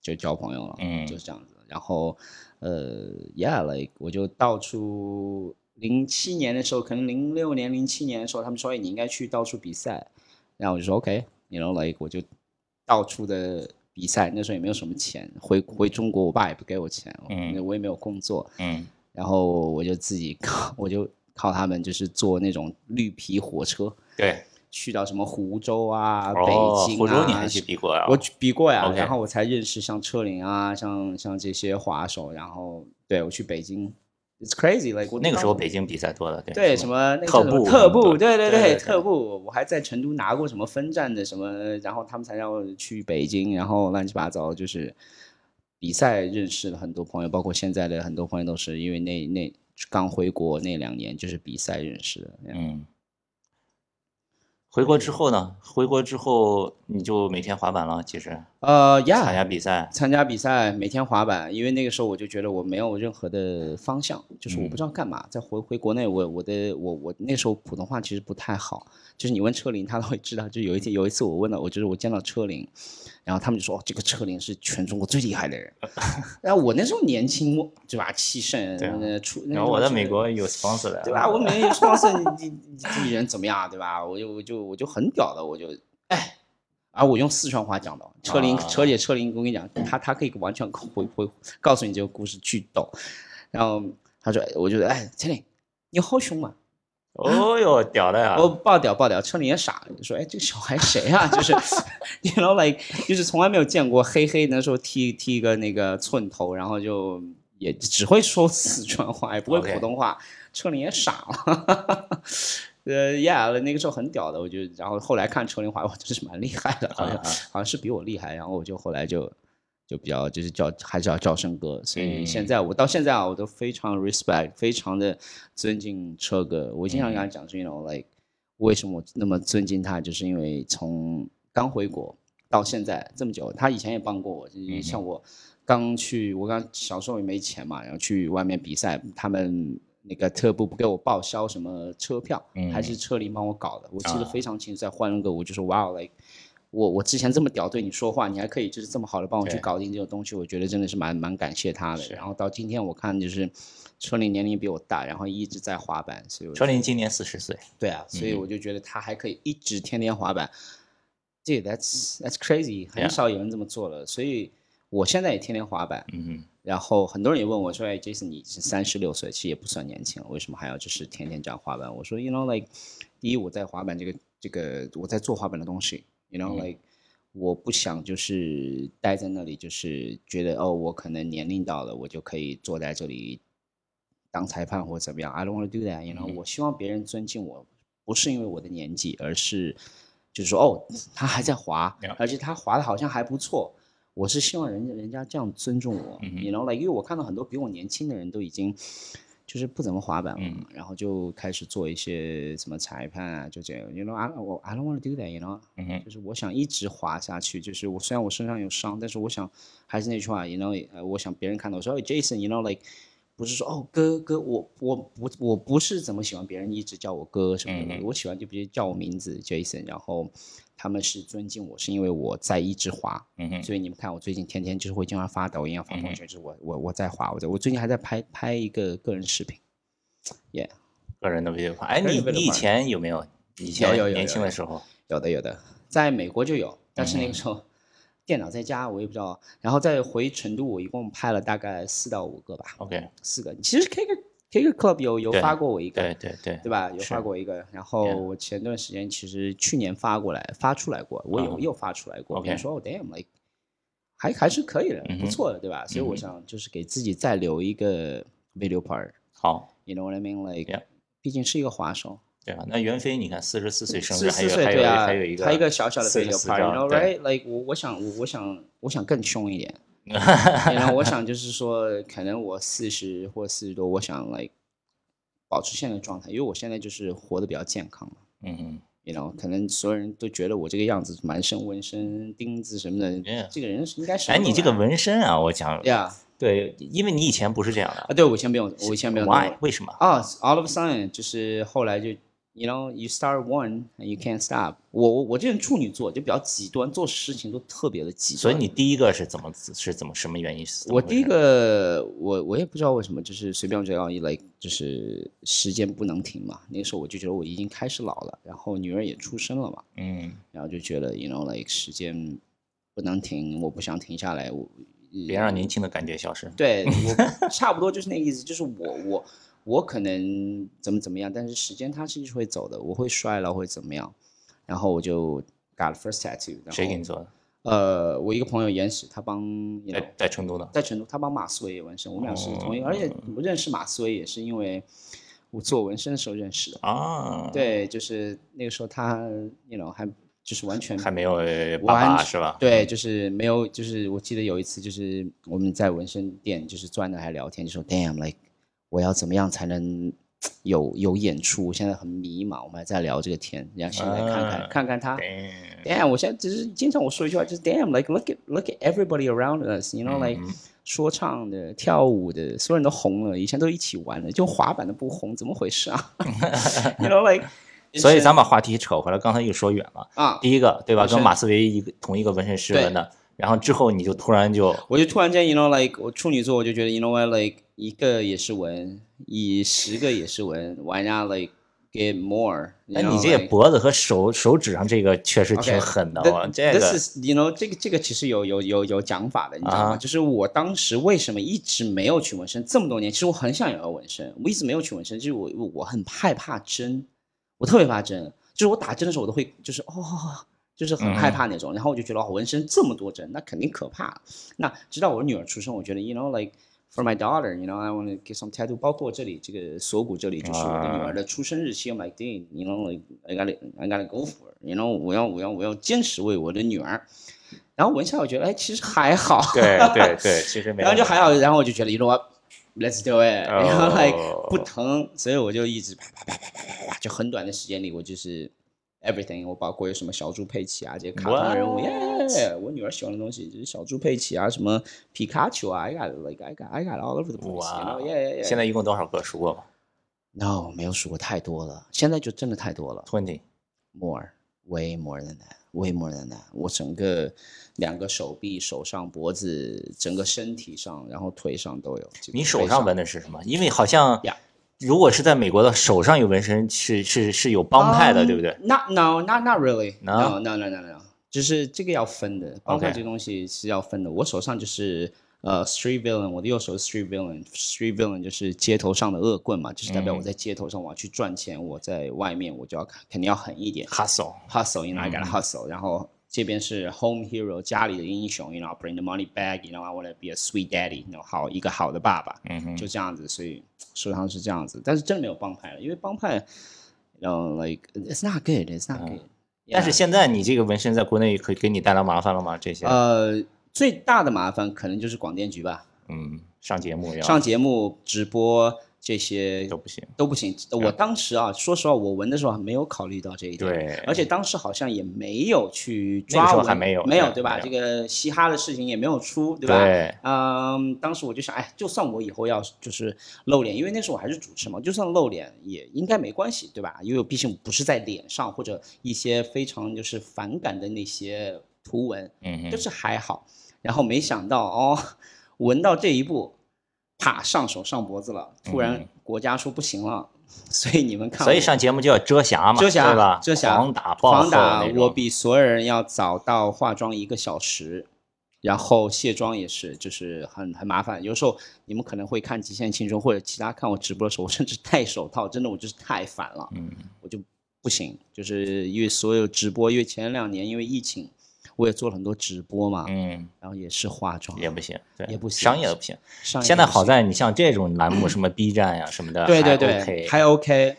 就交朋友了，
嗯
就是这样子。然后呃，yeah，like 我就到处零七年的时候，可能零六年、零七年的时候，他们说哎，你应该去到处比赛，然后我就说 OK，you、know，like 我就到处的。比赛那时候也没有什么钱，回回中国，我爸也不给我钱，
嗯
我也没有工作，
嗯
然后我就自己靠， 我就靠他们就是坐那种绿皮火车
对。
去到什么湖州啊、
哦，
北京啊。
湖州你还去比过啊？
我去比过呀
OK
然后我才认识像车林啊，像像这些滑手。然后对我去北京，It's crazy，like 我
那个时候
当
北京比赛多了，对
对
什
什
么
么那个
特
叫什么
步
特
什么
步，
的
对对
对对对
特步，我还在成都拿过什么分站的什么，然后他们才让我去北京，然后乱七八糟就是比赛认识了很多朋友，包括现在的很多朋友都是因为那那刚回国那两年就是比赛认识的。
嗯。回国之后呢？回国之后你就每天滑板了，其实
呃呀，
参加比赛，
参加比赛，每天滑板，因为那个时候我就觉得我没有任何的方向，就是
嗯
我不知道干嘛。再回回国内，我我的我我那时候普通话其实不太好，就是你问车林，他都会知道。就有一天有一次我问了，我就是我见到车林，然后他们就说哦，这个车林是全中国最厉害的人。 然后我那时候年轻，我对吧，气盛，
对啊
呃出那
然后我在
时候
美
是
国有 sponsor 的，
对吧？我每上次你你你这人怎么样啊，对吧？我就我就我就很屌的，我就哎，啊，我用四川话讲的，车林
啊
车姐车林，我跟你讲，他他可以完全回回告诉你这个故事巨逗。然后他说，我就哎，车林，你好凶嘛！
哦哟，屌的呀！
我爆屌爆屌，车林也傻了，就说哎，这个小孩谁啊？ 就是，you know like，就是从来没有见过黑黑那时候剃剃一个那个寸头，然后就也只会说四川话，也不会
OK
普通话，车林也傻了。 呃，yeah，那个时候很屌的，我就然后后来看车林华，我真是蛮厉害的，好像
啊啊
好像是比我厉害，然后我就后来就就比较就是叫还是要叫声哥，所以
嗯
现在我到现在啊，我都非常 respect，非常的尊敬车哥。我经常跟他讲说，you know like 为什么我那么尊敬他，就是因为从刚回国到现在这么久，他以前也帮过我，就
嗯哼
是像我刚去，我刚小时候也没钱嘛，然后去外面比赛，他们。那个特步不给我报销什么车票，
嗯
还是车林帮我搞的，我记得
啊
非常清楚。在欢乐哥，我就说哇哦，like 我我之前这么屌对你说话，你还可以就是这么好的帮我去
对
搞定这种东西，我觉得真的是蛮蛮感谢他的。
是
然后到今天我看就是车林年龄比我大，然后一直在滑板，所以我
车林今年四十岁，
对啊，所以我就觉得他还可以一直天天滑板，这 that's that's crazy，很
Yeah
少有人这么做了。所以我现在也天天滑板，
嗯
然后很多人也问我说：“哎，Jason，你是三十六岁，其实也不算年轻了，为什么还要就是天天这样滑板？”我说：“You know, like，第一，我在滑板这个这个我在做滑板的东西，You know, like，、我不想就是待在那里，就是觉得哦，我可能年龄到了，我就可以坐在这里当裁判或怎么样。I don't want to do that. You know，、我希望别人尊敬我，不是因为我的年纪，而是就是说哦，他还在滑
Yeah.，
而且他滑的好像还不错。”我是希望人家人家这样尊重我，
嗯哼
你 you know like 因为我看到很多比我年轻的人都已经就是不怎么滑板了，
嗯
然后就开始做一些什么裁判啊，就这样，you know I 我 I don't want to do that，you know，
嗯哼，
就是我想一直滑下去，就是我虽然我身上有伤，但是我想还是那句话，you know，呃我想别人看到我说、哎 Jason，you know like。不是说哦，哥哥，我我不我不是怎么喜欢别人一直叫我哥什么的，
嗯嗯
我喜欢就别叫我名字 Jason，然后他们是尊敬我，是因为我在一直滑，
嗯哼，
所以你们看，我最近天天就是会经常发抖音啊，发朋
嗯哼
友圈，就是我我我在滑，我在我最近还在拍拍一个个人视频。Yeah，
个人的 video 款。哎，
个人
你
的 video
你以
款
前有没有？以前
有有有
年
有
轻的
有
时候，
有的有的，在美国就有，但是
嗯
那个时候电脑在家，我也不知道。然后再回成都，我一共拍了大概四到五个吧，
OK，
四个。其实 K 个 K 个 Club 有有
对
发过我一个，
对对对，
对吧？有
是
发过一个，然后
Yeah
我前段时间其实去年发过来，发出来过，我有
嗯
又发出来过。
OK
别人说哦 damn like，还还是可以的
嗯，哼
不错的，对吧？所以
嗯
我
哼
想就是给自己再留一个 video part，you
好，
know what I mean
Yeah
like，毕竟是一个滑手，
对吧？那袁飞，你看四十四岁生日，还
四嗯四
有
岁
还有
对啊，
还有一个
他一个小小的
44
video
张
part，you know
对
right like 我我想我我想我想更凶 一点，然后我想就是说，可能我四十或四十多，我想 like 保持现在的状态，因为我现在就是活得比较健康嘛。
嗯嗯，
you know，可能所有人都觉得我这个样子，满身纹身、钉子什么的
Yeah
这个人是应该是。
哎，你这个纹身啊，我讲，
呀
对，因为你以前不是这样的
啊，对我以前没有，我以前没有弄过。
，why？为什么？
啊、a l l of a sudden 就是后来就，you know，you start one and you can't stop 我。我我这人处女座就比较极端，做事情都特别的极端。
所以你第一个是怎么是怎么什么原因？是怎么
我
回
第一
事
个，我我也不知道为什么，就是随便这样一来，就是时间不能停嘛。那个时候我就觉得我已经开始老了，然后女儿也出生了嘛。
嗯，
然后就觉得，you know like 时间不能停，我不想停下来，我
别让年轻的感觉消失。
对我 差不多就是那个意思，就是我我我可能怎么怎么样，但是时间它是一直会走的，我会衰老会怎么样，然后我就 got first tattoo，然后
谁给你做的？
呃，我一个朋友岩石，他帮 you
在
know
在成都呢？
在成都，他帮马思唯也纹身，我们俩是
哦
同一个，而且我认识马思唯也是因为我做纹身的时候认识的，
啊，，
对，就是那个时候他 you know 还就是完全
还没有呃
我
爸爸
完
是吧？
对，就是没有，就是我记得有一次，就是我们在纹身店，就是坐在那还聊天，就说 “damn”，like 我要怎么样才能有有演出？我现在很迷茫，我们还在聊这个天，然后现在看看、
啊
看看他
对，
，damn，我现在只是经常我说一句话，就是 damn，like look at look at everybody around us，you know，like、说
嗯
唱的、跳舞的，所有人都红了，以前都一起玩的，就滑板的不红，怎么回事 啊 ？you know，like
所以咱把话题扯回来，刚才又说远了。
啊，
第一个对吧？
纹
跟
身
马思唯一个同一个纹身师
对
纹的，然后之后你就突然就
我就突然间，you know like 我处女座，我就觉得 you know what like 一个也是文，以十个也是文，why not like get more？
那
you know, like-
哎你这脖子和手手指上这个确实挺
OK，
狠的
Th-
哇，啊这
this
个
is you know 这个这个其实有有有有讲法的，你知道吗
啊
就是我当时为什么一直没有去纹身，这么多年，其实我很想要个纹身，我一直没有去纹身，就是我我我很害怕针，我特别怕针，就是我打针的时候我都会就是哦。就是很害怕
嗯
那种，然后我就觉得哦纹身这么多针，那肯定可怕。那直到我女儿出生，我觉得，you know like for my daughter，you know I want to get some tattoo，包括这里这个锁骨这里就是我的女儿的出生日期，I'm like dang，you know like I gotta I gotta go for it，you know 我要我要我要坚持为我的女儿。然后纹下我觉得哎其实还好，
对 对对，其实没
然后就
问题
还好，然后我就觉得 you know what，let's do it，然后 like
哦
不疼，所以我就一直啪啪啪啪啪啪啪，就很短的时间里我就是 everything，我包括有什么小猪佩奇啊这些卡通人物
What？
耶我女儿喜欢的东西就是小猪佩奇啊，什么皮卡丘啊，I got like I got I got all over the place，
哇
y e a h yeah yeah，
现在一共多少个数过吗
no 没有数过太多了，现在就真的太多了
？Twenty，
，more way more than that。way more than that，我整个两个手臂、手上、脖子、整个身体上，然后腿上都有。这个
你手
腿
上纹的是什么？因为好像
呀
如果是在美国的，手上有纹身是是是有帮派的，对不对？
？Not 嗯 no, not not really.
No?
No, no, no, no, no. 就是这个要分的，包括
OK
这东西是要分的。我手上就是呃 street villain，我的右手是 street villain，street villain 就是街头上的恶棍嘛，就是代
嗯
表我在街头上我要去赚钱，我在外面我就要肯定要狠一点
hustle。
，hustle，you know I
嗯
gotta hustle，、然后。这边是 home hero，家里的英雄，you know，bring the money back，you know，I wanna be a sweet daddy，you know，好一个好的爸爸，
嗯哼，
就这样子，所以手上是这样子，但是真的没有帮派了，因为帮派，然后 like it's not good, it's
嗯
not good、
但是现在你这个纹身在国内可以给你带来麻烦了吗？这些，
呃，最大的麻烦可能就是广电局吧，
嗯，上节目要
上节目、直播这些
都不行。
都不行。我当时啊，说实话，我纹的时候还没有考虑到这一点。
对
而且当时好像也没有去
那个
抓
时候
我，
还没有
没有
对
对吧？
没有
这个嘻哈的事情也没有出，对吧？
对，
嗯，当时我就想，哎，就算我以后要就是露脸，因为那时候我还是主持嘛，就算露脸也应该没关系，对吧？因为我毕竟不是在脸上或者一些非常就是反感的那些图文，
嗯哼，
就是还好。然后没想到哦，闻到这一步，啪，上手上脖子了。突然国家说不行了，所以你们看
嗯
我，
所以上节目就要遮瑕嘛，
遮瑕
对吧？
遮瑕
狂打暴
狂打
揍那，种
我比所有人要早到化妆一个小时。然后卸妆也是，就是很很麻烦。有时候你们可能会看《极限青春》或者其他看我直播的时候，我甚至戴手套，真的我就是太烦了。
嗯，
我就不行，就是因为所有直播，因为前两年因为疫情，我也做了很多直播嘛，
嗯，
然后也是化妆，
也不行，对，
也不行
商业的不行。
上一
现
个
在
不
好
行嗯
在你像这种栏目，什么 B 站呀、什么的，
对对
还 OK，
对，还 OK。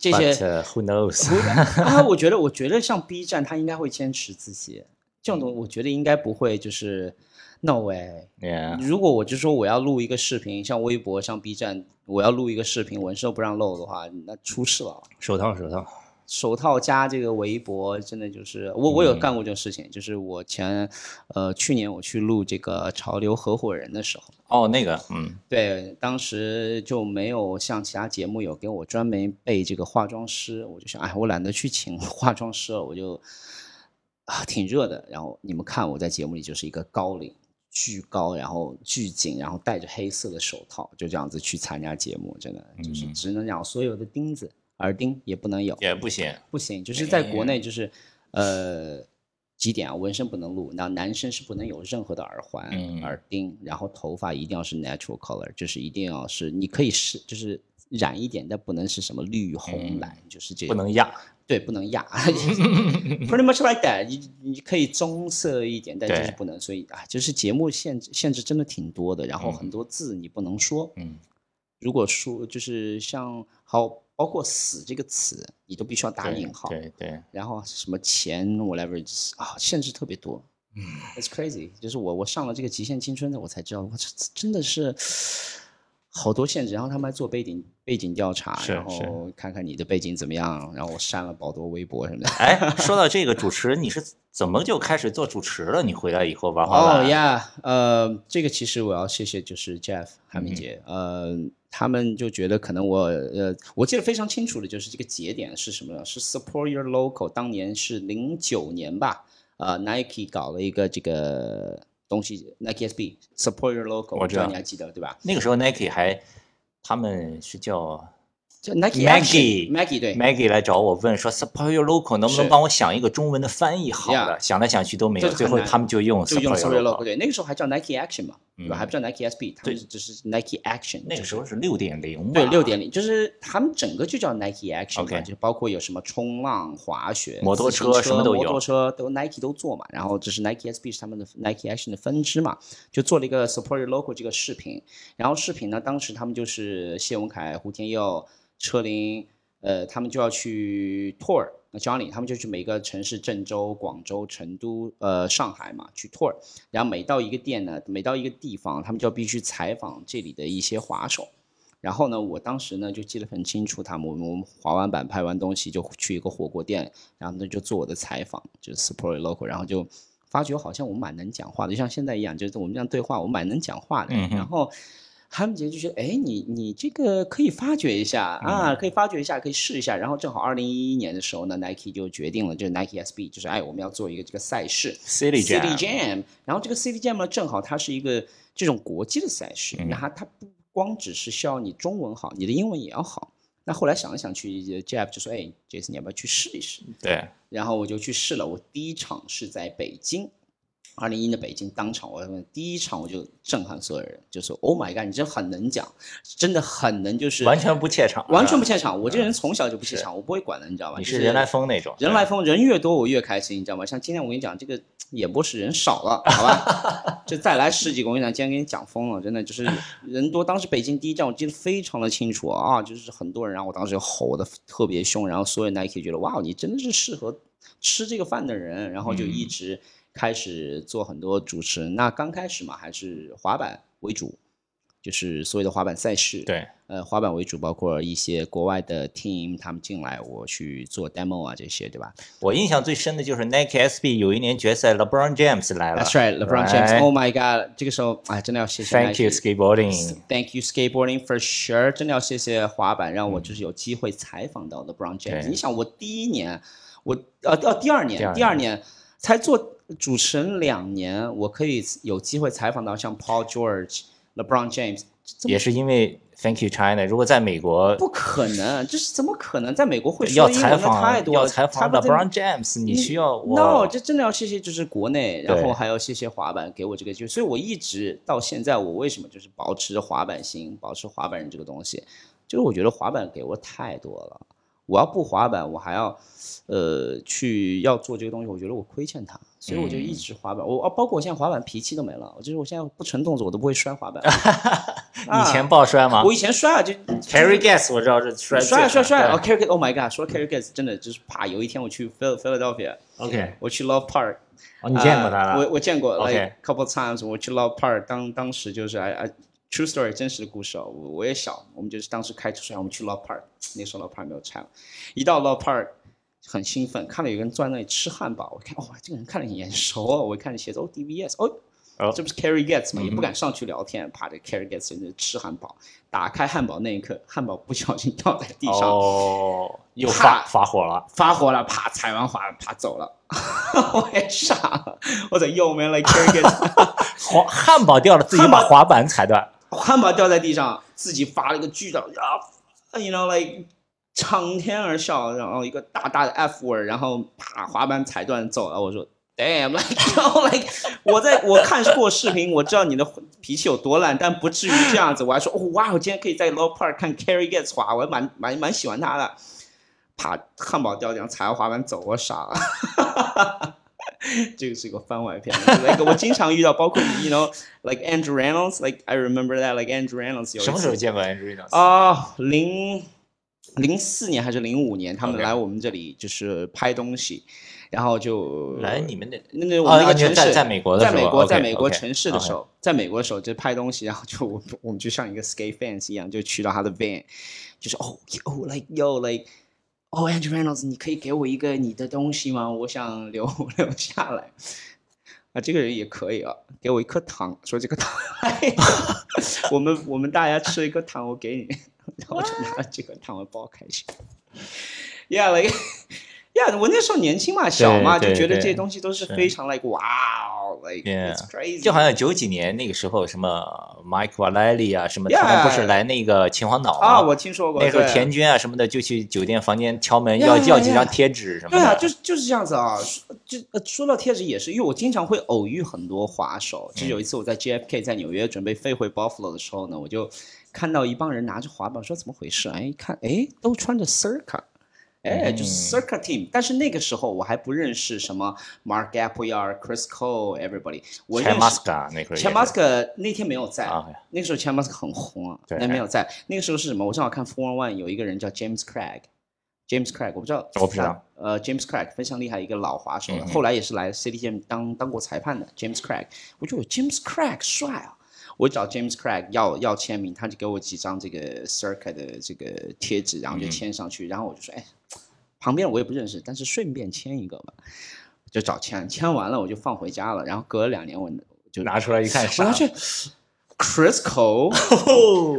这些
But, uh, who knows？
啊，我觉得我觉得像 B 站，它应该会坚持自己这种东西，我觉得应该不会就是 no way。
Yeah，
如果我就说我要录一个视频，像微博、像 B 站，我要录一个视频，纹身都不让露的话，那出事了。
手套手套，
手套加这个围脖，真的就是我我有干过这种事情，就是我前呃去年我去录这个潮流合伙人的时候。
哦，那个，嗯，
对，当时就没有像其他节目有给我专门备这个化妆师，我就想，哎，我懒得去请 化妆师了，我就啊挺热的。然后你们看我在节目里就是一个高领，巨高，然后巨紧，然后戴着黑色的手套，就这样子去参加节目，真的就是
嗯
只能讲所有的钉子、耳钉也不能有，
也不行，
不行，就是在国内就是呃几点啊，纹身不能录，然后男生是不能有任何的耳环、
嗯
耳钉，然后头发一定要是 natural color，就是一定要是你可以是就是染一点，但不能是什么绿红
嗯
蓝，就是这
不
种
能压，
对不 能压，pretty much like that 你。你可以棕色一点，但就是
对
不能，所以啊，就是节目限制限制真的挺多的，然后很多字你不能说，
嗯，
如果说就是像好。包括“死”这个词，你都必须要打
对
引号。
对对，
然后什么钱 whatever 就是啊，限制特别多。嗯，It's crazy，就是我我上了这个《极限青春》的，我才知道，哇，这这真的是好多限制。然后他们还做背景背景调查，
是
然后看看你的背景怎么样。然后我删了好多微博什么的。
哎，说到这个主持，你是怎么就开始做主持了？你回来以后玩滑
哦
板，
呀，呃，这个其实我要谢谢就是 Jeff 韩
嗯
明杰，呃，他们就觉得可能我呃，我记得非常清楚的就是这个节点是什么呢？是 Support Your Local，当年是零九年吧，呃，Nike 搞了一个这个东西，Nike SB Support Your Local，
我知道
你还记得对吧？
那个时候 Nike 还，他们是叫
就 Nike
Maggie
Maggie 对
Maggie 来找我问说，Support Your Local 能不能
是
帮我想一个中文的翻译好的？
Yeah
想来想去都没有，
这
最
很
后
难
他们就用
就用
Support
Support Your
Your
Local，
Local。
对，那个时候还叫 Nike Action 嘛，对吧？
嗯
还不叫 Nike SB，他们只是 Nike Action，
那个
就是
时候是六点零，
对，六点零就是他们整个就叫 Nike Action，嘛
OK
就包括有什么冲浪、滑雪、
摩托
自
车
行车
什么都有
摩托车都 Nike 都做嘛。然后这是 Nike SB 是他们的 Nike Action 的分支嘛，就做了一个 Support Your Local 这个视频。然后视频呢，当时他们就是谢文凯、胡天佑、车林，呃，他们就要去 tour。那 Johnny 他们就去每个城市，郑州、广州、成都、呃上海嘛，去 tour。然后每到一个店呢，每到一个地方，他们就要必须采访这里的一些滑手。然后呢，我当时呢就记得很清楚，他们我们我们滑完板拍完东西就去一个火锅店，然后呢就做我的采访，就是 support local，然后就发觉好像我蛮能讲话的，就像现在一样，就是我们这样对话，我蛮能讲话的。
嗯哼
然后韩姆杰就觉得，哎，你你这个可以发掘一下
嗯
啊，可以发掘一下，可以试一下。然后正好二零一一年的时候呢，Nike 就决定了，就是 Nike SB，就是哎，我们要做一个这个赛事。
City Jam，
City Jam，然后这个 City Jam 呢，正好它是一个这种国际的赛事，
嗯
那它它不光只是需要你中文好，你的英文也要好。那后来想来想去，Jeff 就说：“哎，Jason，你要不要去试一试？”
对，
然后我就去试了。我第一场是在北京，二零一的北京，当场我第一场我就震撼所有人，就说：“Oh my god，你真的很能讲，真的很能，就是
完全不怯场，
完全不
是
怯场。我这人从小就不怯场，我不会管的，你知道
吧
吧？
你
就是
人来疯那种，
人来疯，人越多我越开心，你知道吗？像今天我跟你讲，这个演播室人少了，好吧？ 就再来十几个，我跟你讲，今天给你讲疯了，真的就是人多。当时北京第一站我记得非常的清楚啊，就是很多人，然后我当时就吼的特别凶，然后所有人大家可以觉得哇，你真的是适合吃这个饭的人，然后就
嗯
一直开始做很多主持人。那刚开始嘛，还是滑板为主。就是所有的滑板赛事，
对，
呃，滑板为主，包括一些国外的 team 他们进来，我去做 demo 啊这些，对吧？
我印象最深的就是 Nike SB 有一年决赛，LeBron James 来了
That's right, LeBron James.
Right.
Oh my God！这个时候，哎，真的要谢谢
，Thank you
Nike
skateboarding，
Thank you skateboarding for sure，真的要谢谢滑板，让我就是有机会采访到 LeBron James。
嗯对
你想，我第一年，我呃呃第二
第二
年，
年
第二年才做主持人两年，我可以有机会采访到像 Paul George、LeBron James，这
也是因为 Thank you China。如果在美国
不可能，这是怎么可能？在美国会
要
说英
采
文的太
访
多了，
要采访
他们在
LeBron James，你需要哇
no，这真的要谢谢就是国内，然后
对
还要谢谢滑板给我这个机会，所以我一直到现在，我为什么就是保持滑板心，保持滑板人这个东西，就是我觉得滑板给我太多了。我要不滑板，我还要，呃，去要做这个东西，我觉得我亏欠他，所以我就
嗯
一直滑板。我啊，包括我现在滑板脾气都没了，我就是我现在不成动作，我都不会摔 滑板。啊
以前抱摔吗
我以前摔啊，就
？Carry Gas 我知道是摔最
摔
狠
摔摔
对
啊，Carry Gas，Oh my God，说 Carry Gas 真的就是啪，有一天我去 Phil Philadelphia，
OK，
我去 Love Park。
哦，你见过他
啊我
了？
我见过
OK
，like couple times，我去 Love Park，当当时就是哎哎，true story 真实的故事哦，我我也小，我们就是当时开车，我们去 Love Park，那时候 Love Park 没有拆了，一到 Love Park 很兴奋，看到有个人坐在那里吃汉堡，我看哇、这个人看着很眼熟哦，我一看鞋子哦 DVS 哦。
哦
这不是 Carry Gets 吗？
嗯哼
也不敢上去聊天，怕这 Carry Gets 在那吃汉堡。打开汉堡那一刻，汉堡不小心掉在地上，
哦，又
啪
发发火了。
发火了，啪踩完滑，啪走了。 我也傻了，我在右边了 Carry Gets，
滑汉堡掉了，自己把滑板踩断。
汉堡掉在地上，自己发了一个巨大的啊，you know like 长天而笑，然后一个大大的 F word，然后啪滑板踩断走了。我说 damn like 然后 like 我在我看过视频，我知道你的脾气有多烂，但不至于这样子。我还说哦哇，我今天可以在 Low Park 看 Carry Gets 滑，我还蛮蛮蛮喜欢他的。啪，汉堡掉地上，踩完滑板走，我傻了。 这个是一个番外篇。like 我经常遇到，包括 you know like Andrew Reynolds，like I remember that like Andrew Reynolds 有一次
什么时候见过 Andrew Johnson？
啊，零零四年还是零五年，他们
OK
来我们这里就是拍东西，然后就
来你们那
那那我
啊
们那个
你
城市，
在在美国的
在
时候
美国，在
OK，
美国
OK，
城市的时候，在美国的时候就拍东西，然后就我们我们就像一个 skate fans 一样，就去到他的 van，就是哦哦 like yo like。哦、a n d r e w Reynolds，你可以给我一个你的东西吗？我想留 留下来。啊，这个人也可以啊，给我一颗糖，说这个糖， 我们我们大家吃一颗糖，我给你，然后我就拿了这颗糖，我包开心。Yeah, like, yeah，我那时候年轻嘛，小嘛，就
对
觉得这
对
些东西都是非常 like wow, like
Yeah
it's crazy，
就好像九几年那个时候，什么 Mike Vallely 啊，什么
Yeah
他们不是来那个秦皇岛吗？
啊，我听说过
那时候
对
田军啊什么的就去酒店房间敲门，
Yeah，
要
yeah，
要几张
yeah
贴纸什么
对
的。
啊，就是就是这样子啊。说就呃说到贴纸也是，因为我经常会偶遇很多滑手。
嗯
就有一次我在 JFK 在纽约准备飞回 Buffalo 的时候呢，我就看到一帮人拿着滑板，说怎么回事？哎，一看，哎，都穿着 Circa。哎，
嗯
就是 Circa Team，但是那个时候我还不认识什么 Mark Appleyard、Chris Cole、everybody，我认
c
识
m a s k a 那会儿也是。
c h a m a s k 那天没有在，
啊，
那个时候 c h a m a s k 很红啊，
对
但没有在。那个时候是什么？我正好看 Four One One 有一个人叫 James Craig，James Craig，我不知道，
哦我不知道。
呃，James Craig 非常厉害一个老滑手了，
嗯嗯
后来也是来 CDM 当当过裁判的 James Craig，我就有 James Craig 帅啊。我找 James Craig 要要签名，他就给我几张这个 Circa 的这个贴纸，然后
嗯
就签上去，然后我就说，哎，旁边我也不认识，但是顺便签一个吧，就找签，签完了我就放回家了，然后隔了两年我就
拿出来一看，
我
傻 Oh
要去 Chris Cole、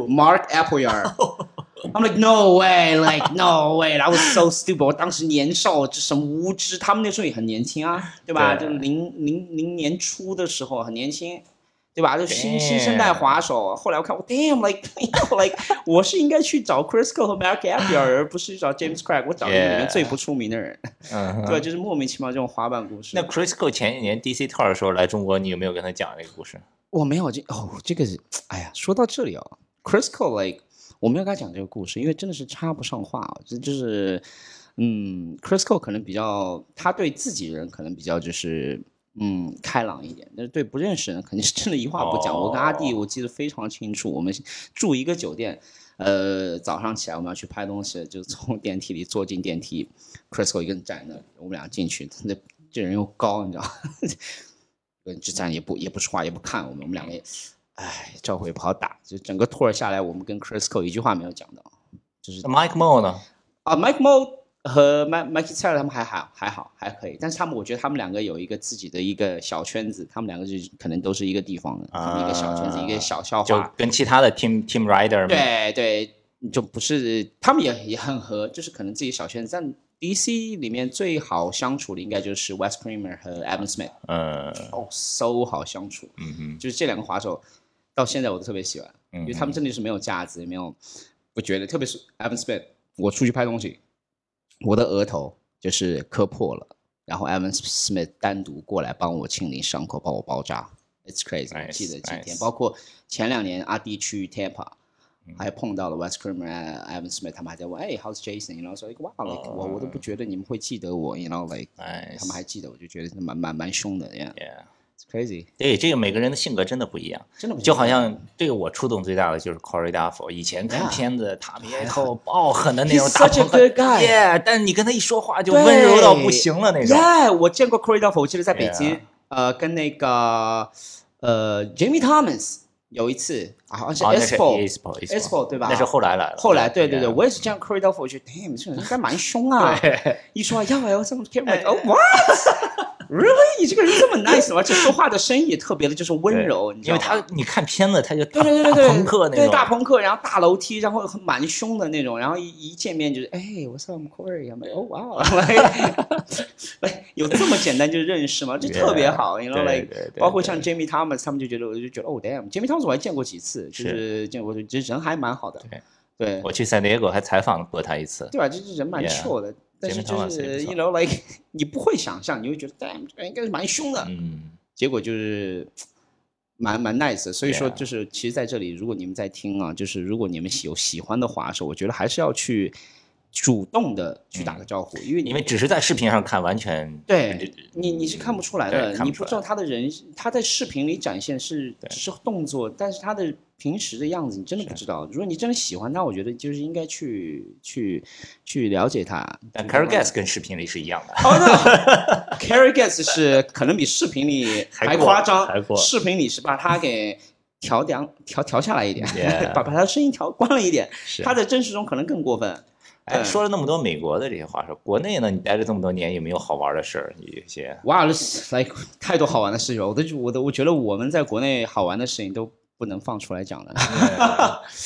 Mark Appleyard。I'm like no way, like no way. That was so stupid. 我当时年少，这什么无知。他们那时候也很年轻啊，对吧？
对
就零零零年初的时候很年轻，对吧？就新新生代滑手。后来我看，我 damn like like，我是应该去找 Chris Cole 和 Mark Apier，而不是去找 James Craig。我找的是里面
Yeah
最不出名的人。
嗯哼，
对，就是莫名其妙这种滑板故事。
啊那 Chris Cole 前几年 DC Tour 的时候来中国，你有没有跟他讲这个故事？
我没有这哦，这个是，哎呀，说到这里哦，Crisco like，我没有跟他讲这个故事，因为真的是插不上话哦，这就是，嗯，Crisco 可能比较，他对自己人可能比较就是。嗯，开朗一点，但是对不认识人肯定是真的一话不讲。我跟阿弟，
哦
我记得非常清楚，我们住一个酒店，呃，早上起来我们要去拍东西，就从电梯里坐进电梯，Crisco 一个人站那，我们俩进去，那这人又高，你知道， 跟之战也不也不说话，也不看我们，我们两个也，哎，这回不好打。就整个 tour 下来，我们跟 Crisco 一句话没有讲到，就是
那 Mike Mo 呢？
啊，Mike Mo 和 Mike Mike Taylor 他们还好，还好，还可以。但是他们，我觉得他们两个有一个自己的一个小圈子，他们两个就是可能都是一个地方的，他们一个小圈子，
啊
一个小笑
就
话。
跟其他的 Team Team Rider 们
对对，就不是他们也也很合，就是可能自己小圈子。但 DC 里面最好相处的应该就是 Wes Primer 和 Evan Smith，
呃，
哦，so 好相处。
嗯哼，
就是这两个滑手，到现在我都特别喜欢，
嗯
因为他们真的就是没有架子，也没有，我觉得特别是 Evan Smith，我出去拍东西，我的额头就是磕破了，然后 Evan Smith 单独过来帮我清理伤口，帮我包扎，It's crazy，、
Nice，
我记得今天
nice 嗯
包括前两年阿迪去 Tampa。还碰到了 West Creamer、Evan Smith，他们还在问，哎，How's Jason？然后说，哇，like 我
哦
我都不觉得你们会记得我，然后 like
哎，
他们还记得，我就觉得蛮蛮蛮凶的，yeah，it's
Yeah
crazy，
对这个每个人的性格真的不一样。
真的不
就
记
好
得
像这个我触动最大的就是 Corey Duff，以前看
Yeah
片子他别靠暴狠的那种
啊 He's
大
such a
朋克
good guy
，yeah，但是你跟他一说话就温柔到不行了那种。啊
耶，我见过 Corey Duff，我记得在北京
Yeah
呃，跟那个呃 Jamie Thomas 有一次，啊好像
哦，那
s
是
p o
Expo
Expo 对吧
那是后来来了。
后来，对对对，
Yeah
我也是见 Corey Duff，我觉得 damn 这人应该蛮凶 啊。一说要我要这么 camera，哦 what？Really？你这个人这么 nice 吗？而且说话的声音也特别的，就是温柔，你知
因
道
为
吗
他你看片子他就大
对对对对
大
对，
朋克那
对
种，
大朋克，然后大楼梯，然后很蛮凶的那种，然后一一见面就是，哎，What's up, I'm Corey？I'm like, oh wow，like, 有这么简单就认识 吗？这
Yeah，
特别好，you know
对
like，
对对
包括像
对
Jamie Thomas，他们就觉得，我就觉得，哦，damn，Jamie Thomas 我还见过几次，就是见过，这人还蛮好的，对
我去三叠狗还采访过他一次。
对吧？这这人蛮
Yeah，
chill 的。但是
Jamie Thomas
就
也
是
不错
you know like 你不会想象，你会觉得 damn 这个人应该是蛮凶的，
嗯，
结果就是蛮蛮 nice 的。所以说，
Yeah
就是其实在这里，如果你们在听啊，就是如果你们喜有喜欢的滑手，我觉得还是要去主动的去打个招呼，因为你
嗯因为只是在视频上看完全
对你你是看不出来
对
的，
看不
你
出
不
来
知道他的人，他在视频里展现是只是动作，但是他的平时的样子你真的不知道。如果你真的喜欢他，我觉得就是应该去去去了解他。
但 c a r g a s 跟视频里是一样的。
哦、no, c a r r y Gas 是可能比视频里
还
还
过
夸张
还过，
视频里是把它给调凉调调下来一点
Yeah
把把他的声音调关了一点，
是
他在真实中可能更过分。
哎，说了那么多美国的这些话说，国内呢，你待了这么多年，有没有好玩的事儿？有一些
哇，like 太多好玩的事情了，我都我都我觉得我们在国内好玩的事情都不能放出来 讲了。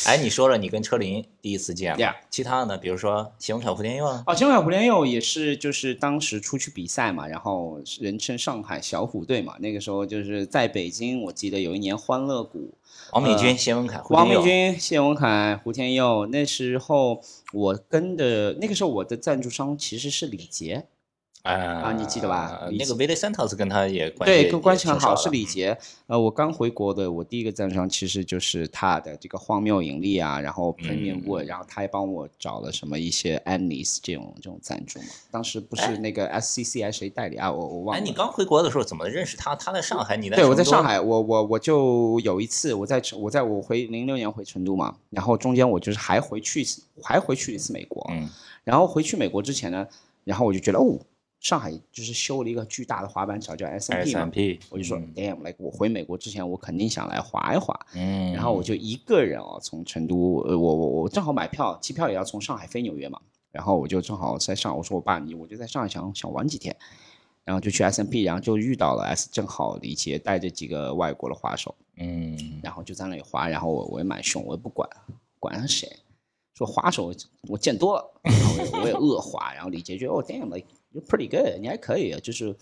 哎，你说了，你跟车林第一次见
Yeah
了，其他呢？比如说《喜欢巧蝴蝶用》啊，
哦，青海胡连佑也是，就是当时出去比赛嘛，然后人称上海小虎队嘛。那个时候就是在北京，我记得有一年欢乐谷，
王敏君、谢文凯、蝴
王
蝶
明
用，
君、谢文凯、胡天佑，那时候我跟的那个时候我的赞助商其实是李杰，
啊
你记得吧你
那个
记
v i l l Santos 跟他也关系
对，跟关系很好，是
是
李杰。呃，我刚回国的，我第一个赞助商其实就是他的这个荒谬盈利啊，
嗯
然后 Premium Wood，、然后他也帮我找了什么一些 Anis 这种这种赞助嘛。当时不是那个 SCC 还是谁代理啊？我我忘
哎，
了。
你刚回国的时候怎么认识他？他在上海，你在
对，我在
成都
上。海，我我我就有一次，我在成我在我回零六年回成都嘛，然后中间我就是还回去一次，还回去一次美国，
嗯，
然后回去美国之前呢，然后我就觉得哦，上海就是修了一个巨大的滑板场叫 S M P 嘛
S&P，
我就说
嗯
damn like 我回美国之前我肯定想来滑一滑，
嗯，
然后我就一个人哦，从成都，呃，我我我正好买票，机票也要从上海飞纽约嘛，然后我就正好在上，我说我爸你，我就在上海想想玩几天，然后就去 S M P，然后就遇到了 S，正好李杰带着几个外国的滑手，
嗯，
然后就在那里滑，然后我我也蛮凶，我也不管，管他谁，说滑手我见多了，然后我也我也恶滑，然后李杰觉得哦 damn like you're pretty good，你还可以，就是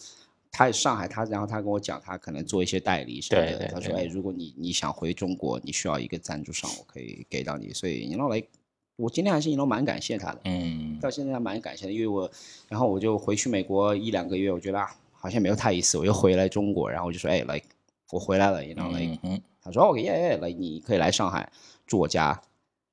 他也上海，他然后他跟我讲，他可能做一些代理什么
对
的。
对
他说，
对
哎，如果你你想回中国，你需要一个赞助商，我可以给到你。所以银龙来，我今天还是银龙蛮感谢他的，
嗯，
到现在还蛮感谢的，因为我，然后我就回去美国一两个月，我觉得啊，好像没有太意思，我又回来中国，然后我就说，哎，like 我回来了，银龙 like
嗯嗯
他说 OK，耶耶，来你可以来上海住我家，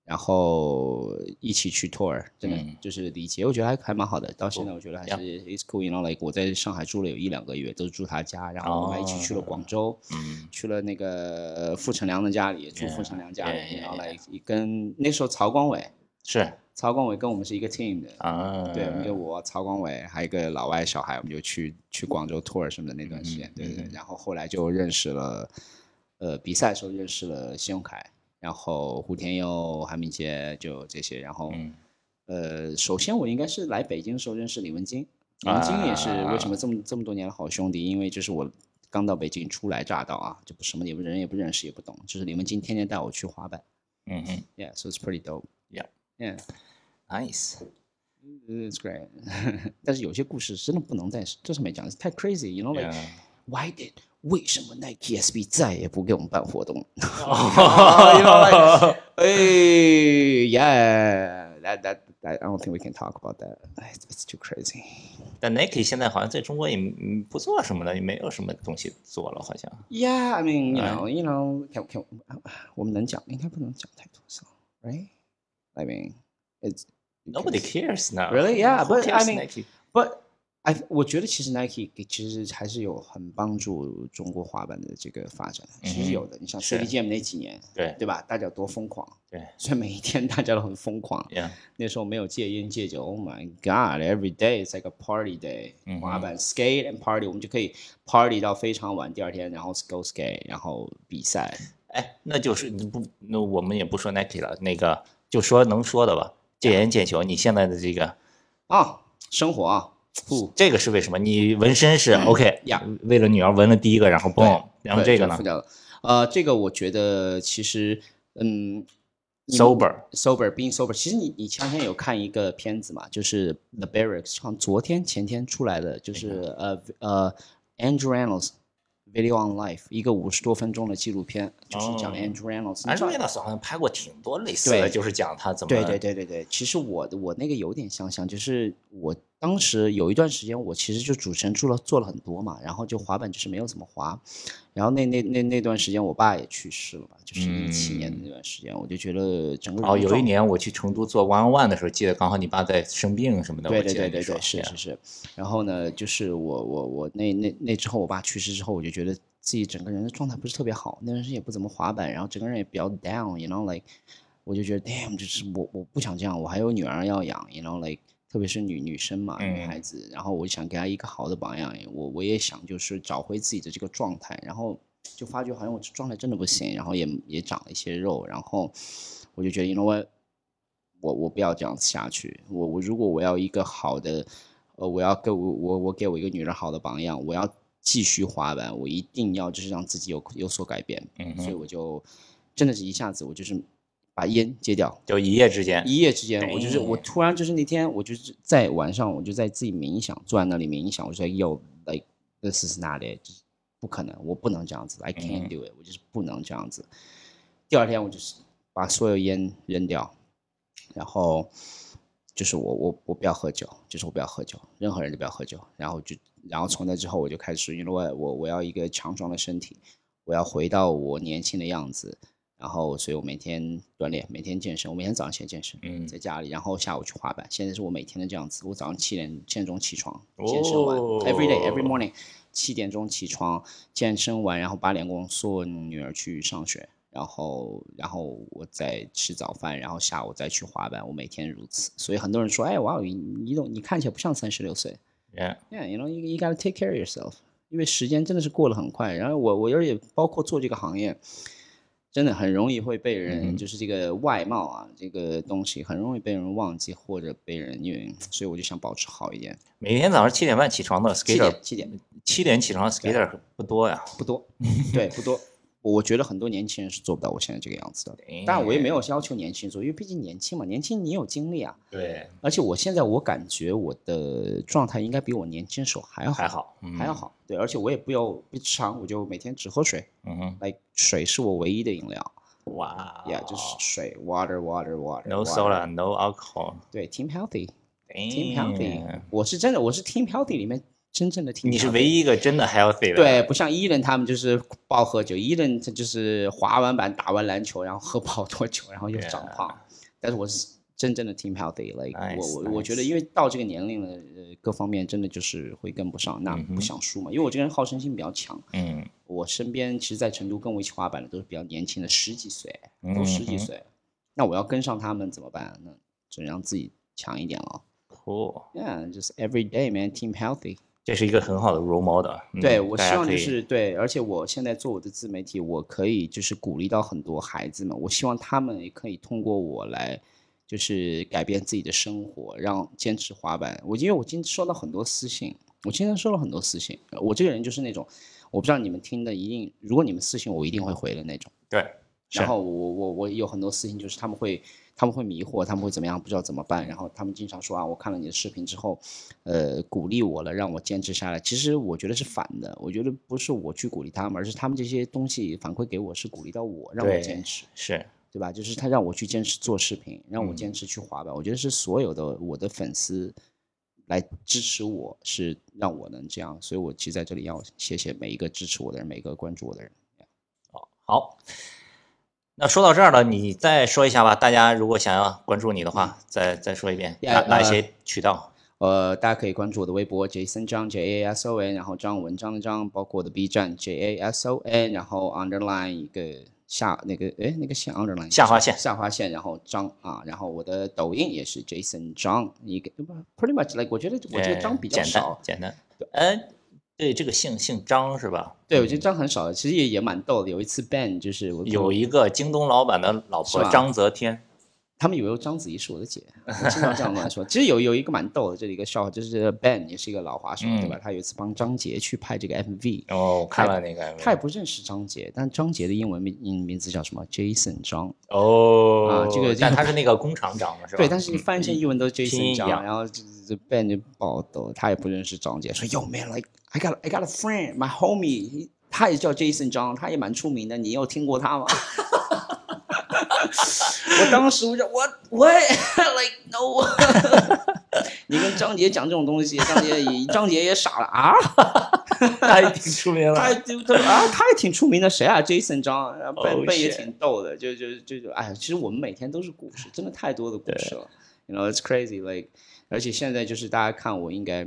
然后一起去 tour，真的
嗯哦
就是理解，我觉得还还蛮好的。到现在我觉得还是
Yeah
it's cool，you know like 我在上海住了有一两个月，都是住他家，然后我们还一起去了广州，
哦嗯
去了那个呃傅成良的家里，住
Yeah，
傅成良家里
yeah，yeah，
然后来跟那时候曹光伟，
是
曹光伟跟我们是一个 team 的。
啊，
对，我们就我曹光伟，还有一个老外小孩，我们就去去广州 tour 什么的那段时间，
嗯
对对
嗯
对。然后后来就认识了，呃，比赛的时候认识了谢永凯，然后胡天佑、韩敏杰就这些。然后、
嗯
呃，首先我应该是来北京的时候认识李文金，李文金也
啊
是为什么这么这么多年的好兄弟，因为就是我刚到北京初来乍到啊，就不什么也不人也不认识也不懂，就是李文金天天带我去滑板
嗯嗯
，Yeah，so it's pretty dope。
Yeah
Yeah。
，nice，
It's great，但 是有些故事真的不能在这上面讲，太 crazy，you know like
Yeah.
why did 为什么 Nike SB 再也不给我们办活动？
哦
哎，yeah，that that that I don't think we can talk about that. It's it's too crazy.
但 Nike 现在好像在中国也嗯不做什么了，也没有什么东西做了，好像
Yeah, I mean, you know, you know, can can 我们能讲，应该不能讲太多少，right? I mean, it's
nobody cares now.
Really? Yeah,
Who
but I
cares
mean-
Nike?
But I 我觉得其实 Nike 给其实还是有很帮助中国滑板的这个发展，其
嗯哼
实有的。你像
是
CBGM 那几年，
对
对吧？大家多疯狂，
对
所以每一天大家都很疯狂。
，Yeah，
那时候没有戒烟戒酒，Oh my God，every day is like a party day，、
嗯哼
滑板 skate and party，我们就可以 party 到非常晚，第二天然后 go skate，然后比赛。
哎，那就是不，那我们也不说 Nike 了，那个就说能说的吧，戒烟戒酒。你现在的这个，
啊、生活啊，不，
这个是为什么？你纹身是 OK，
呀
为了女儿纹了第一个，然后
嗯对
boom，然后这
对
个
就
呢
复掉了。呃，这个我觉得其实，嗯你
，sober，
sober being sober，其实你你前两天有看一个片子嘛，就是 The Barracks，好像昨天前天出来的，就是呃呃 Andrew Reynolds Video on Life，一个五十多分钟的纪录片，就是讲
哦
Andrew Reynolds 你
安
知道。
瑞老师好像拍过挺多类似的，
对
就是讲他怎么
对对对对对，其实我我那个有点相像，就是我
嗯
当时有一段时间，我其实就主持人做了做了很多嘛，然后就滑板就是没有怎么滑，然后那那那那段时间我爸也去世了嘛，就是一七年的那段时间，我就觉得整个
嗯
人
哦，有一
状
年我去成都做 One on One 的时候，记得刚好你爸在生病什么的，
对
我
对
记得
对
你
对
说
对，是
Yeah
是是。然后呢，就是我我我那那那之后，我爸去世之后，我就觉得自己整个人的状态不是特别好，那段时间也不怎么滑板，然后整个人也比较 down，you know like，我就觉得 damn，就是我我不想这样，我还有女儿要养，you know like，特别是女女生嘛，女
嗯
孩子，然后我想给她一个好的榜样，哎我我也想就是找回自己的这个状态，然后就发觉好像我这状态真的不行，然后也也长了一些肉，然后我就觉得 you know what。我我不要这样子下去。我我如果我要一个好的，呃，我要给我我我给我一个女人好的榜样，我要继续滑板，我一定要就是让自己有有所改变。
嗯哼
所以我就真的是一下子我就是把烟戒掉，
就一夜之间，
一夜之间，我就是
对
我突然就是那天我就是在晚上我就在自己冥想，坐在那里冥想，我就在 yo like this is not it，就是不可能，我不能这样子，I
嗯
can't do it，、我就是不能这样子。第二天我就是把所有烟扔掉，然后就是我我我不要喝酒，就是我不要喝酒，任何人都不要喝酒。然后就然后从那之后我就开始，因为我我我要一个强壮的身体，我要回到我年轻的样子。然后，所以我每天锻炼，每天健身，我每天早上起来健身，
嗯
在家里，然后下午去滑板。现在是我每天的这样子，我早上七点七点钟起床，健身完、every day every
哦
morning，七点钟起床，健身完，然后八点钟送女儿去上学，然后然后我再吃早饭，然后下午再去滑板，我每天如此。所以很多人说，哎，哇哦，你你懂，你看起来不像三十六岁，
Yeah
Yeah, you know, you, you gotta take care of yourself. 因为时间真的是过得很快，然后我我而且包括做这个行业，真的很容易会被
嗯
人、
哼
就是这个外貌啊，这个东西很容易被人忘记或者被人因为，所以我就想保持好一点。
每天早上七点半起床的
七点
skater，
七点
七点起床的 skater 不多呀。
不多，对不多。我觉得很多年轻人是做不到我现在这个样子的。
哎
但我也没有要求年轻人做，因为毕竟年轻嘛，年轻你有精力啊。
对，
而且我现在我感觉我的状态应该比我年轻时候还要好，
还好，嗯
还要，好。对，而且我也不要不吃糖，我就每天只喝水。
嗯哼，
来，水是我唯一的饮料
哇
呀就是水，water water water。
no soda, no alcohol，
对，team healthy，team
哎
healthy。我是真的，我是 team healthy 里面真正的 team。
你是唯。一一个真的 healthy 的，
对，不像伊人他们就是暴喝酒，伊人他就是滑完板、打完篮球，然后喝不好多酒，然后
啊
又长胖。但是我是真正的 team healthy，like、我我我觉得，因为到这个年龄了，呃，各方面真的就是会跟不上，那
嗯哼
不想输嘛。因为我这个人好胜心比较强，
嗯，
我身边其实，在成都跟我一起滑板的都是比较年轻的，十几岁，
嗯
都十几
哼
岁。那我要跟上他们怎么办？那只能让自己强一点了。
cool，
Yeah, just every day, man. Team healthy.
这是一个很好的 role model，嗯
对，我
大
希
家
望
可
就
以
是对，而且我现在做我的自媒体，我可以就是鼓励到很多孩子们，我希望他们也可以通过我来，就是改变自己的生活，让坚持滑板。我因为我今天收到很多私信，我今天收到很多私信，我这个人就是那种，我不知道你们听的一定，如果你们私信我一定会回的那种。
对，是
然后我我我有很多私信，就是他们会他们会迷惑，他们会怎么样，不知道怎么办。然后他们经常说啊，我看了你的视频之后，呃，鼓励我了，让我坚持下来。其实我觉得是反的，我觉得不是我去鼓励他们，而是他们这些东西反馈给我是鼓励到我，让我
对
坚持，
是，
对吧？就是他让我去坚持做视频，让我
嗯
坚持去滑板。我觉得是所有的我的粉丝来支持我，是让我能这样。所以我其实在这里要谢谢每一个支持我的人，每一个关注我的人。
好，那说到这儿了，你再说一下吧。大家如果想要关注你的话，再再说一遍，
嗯 Yeah，
哪哪
呃
些渠道？
呃，大家可以关注我的微博 Jason 张 J A S O N，然后张文章的张，包括我的 B 站 J A S O N，然后 underline 一个下那个哎那个线 underline
下划线
下划线，然后张啊，然后我的抖音也是 Jason 张一个，pretty much like 我觉得我这个张
呃
比较少，
简单简单。哎，对，这个姓姓张是吧？
对我觉得张很少的，其实也也蛮逗的。有一次 ban 就是我
嗯有一个京东老板的老
是
婆
吧
张泽天，
他们以为章子怡是我的姐，我经常这样乱说。 其实有有一个蛮逗的，这里一个笑话，就是 ban 也是一个老滑手，对
嗯
吧？他有一次帮张杰去拍这个 MV，
哦，我看了那个
他也不认识张杰，但张杰的英文名名名字叫什么？Jason 张。
哦
啊，这个
但他是那个工厂长嘛，是吧？嗯
对，但是你翻译成英文都是
拼音
Jason
一
张，
样
然后这这被人爆豆，他也不认识张杰，说 Yo man，like I got a- I got a friend, my homie，he- 他也叫 Jason 张，他也蛮出名的，你有听过他吗？ 我当时我就我我 like no，你 跟张杰讲这种东西，张杰也张杰也傻了啊。
他已经出名
他
了。
就他 啊，他也挺出名的，谁啊？Jason 张，然后笨
Oh,
笨也
shit.
挺逗的，就就就就哎，其实我们每天都是故事，真的太多的故事了。You know it's crazy like，而且现在就是大家看我应该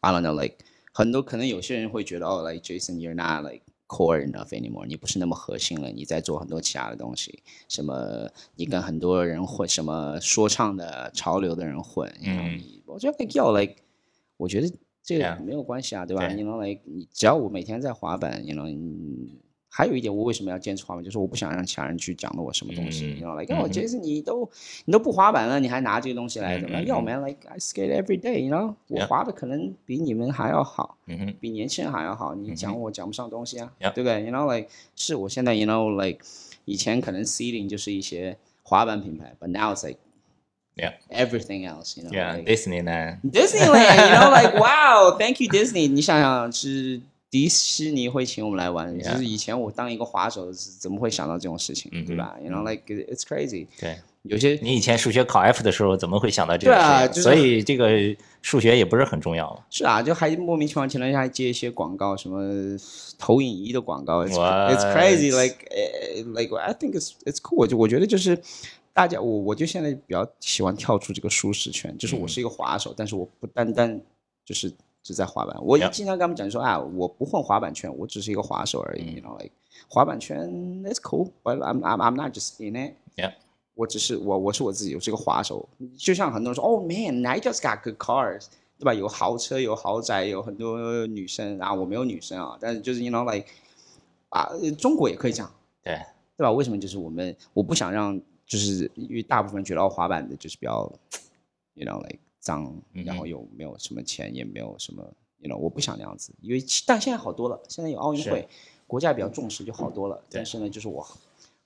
，I don't know like，很多可能有些人会觉得哦，like Jason you're not like core enough anymore，你不是那么核心了，你在做很多其他的东西，什么你跟很多人混，什么说唱的潮流的人混，然后
嗯
你我觉得 like yo like，我觉得这个
Yeah.
没有关系啊，对吧？
对
你能来，你只要我每天在滑板，你能。还有一点，我为什么要坚持滑板？就是我不想让其他人去讲到我什么东西，
嗯
你知道吗？
嗯
跟我
哼
Jason，你都你都不滑板了，你还拿这个东西来
嗯
怎么
嗯
样？要 man，like I skate every day，you know，我
Yeah
滑的可能比你们还要好，
嗯哼，
比年轻人还要好。
嗯
你
哼
讲我讲不上东西啊，
Yeah
对不对？You know，like 是我现在，you know，like 以前可能 seeding 就是一些滑板品牌，but now it's like
Yeah
everything else，you know，
yeah，
like-
Disneyland，
Disneyland，you know like wow，thank you Disney。你想想是迪士尼会请我们来玩
Yeah.
就是以前我当一个滑手是怎么会想到这种事情
嗯哼
对吧？You know like it's crazy。
对。
有些
你以前数学考 F 的时候，怎么会想到这个
对
事情？
啊就是
所以这个数学也不是很重要了。
是啊，就还莫名其妙前段时间还接一些广告，什么投影仪的广告。It's,
What？
it's crazy like eh, like I think it's it's cool 我就。我觉得就是大家我我就现在比较喜欢跳出这个舒适圈，就是
嗯
我是一个滑手，但是我不单单就是只在滑板。我
Yeah
经常跟他们讲说啊，我不混滑板圈，我只是一个滑手而已。
嗯
You know like 滑板圈 that's cool，but I'm I'm I'm not just in it。
Yeah
我只是我我是我自己，我是个滑手。就像很多人说，Oh man，I just got good cars，对吧？有豪车，有豪宅，有很多女生啊，我没有女生啊，但是就是 you know like 啊，呃中国也可以讲，
对
对吧？为什么就是我们我不想让就是因为大部分人觉得哦滑板的就是比较 you know like 脏，
嗯
然
哼
后又没有什么钱，也没有什么 you know 我不想那样子，因为其但现在好多了，现在有奥运
是
会。国家比较重视就好多了。但是呢，就是我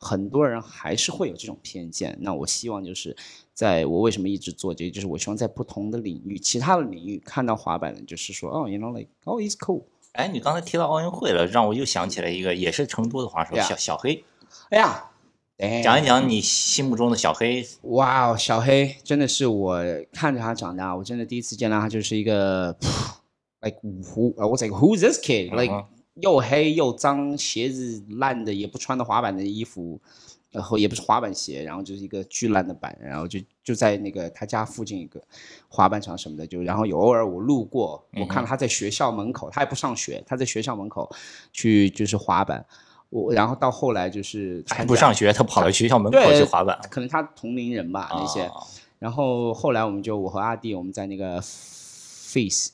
很多人还是会有这种偏见。那我希望就是在我为什么一直做这个，就是我希望在不同的领域、其他的领域看到滑板的，就是说哦，you know like oh it's cool。
哎，你刚才提到奥运会了，让我又想起来一个，也是成都的滑手
对啊
小小黑，
哎呀，哎，
讲一讲你心目中的小黑。
哇哦，小黑真的是我看着他长大，我真的第一次见到他就是一个，like who I was like who's this kid like、
嗯哼
又黑又脏，鞋子烂的也不穿的滑板的衣服，然后也不是滑板鞋，然后就是一个巨烂的板，然后就就在那个他家附近一个滑板场什么的，就然后有偶尔我路过，我看他在学校门口，他也不上学，他在学校门口去就是滑板。我然后到后来就是
还
参
不
加
上学，他跑到学校门口
对
去滑板
可能他同龄人吧那些。
啊
然后后来我们就我和阿弟我们在那个 Face，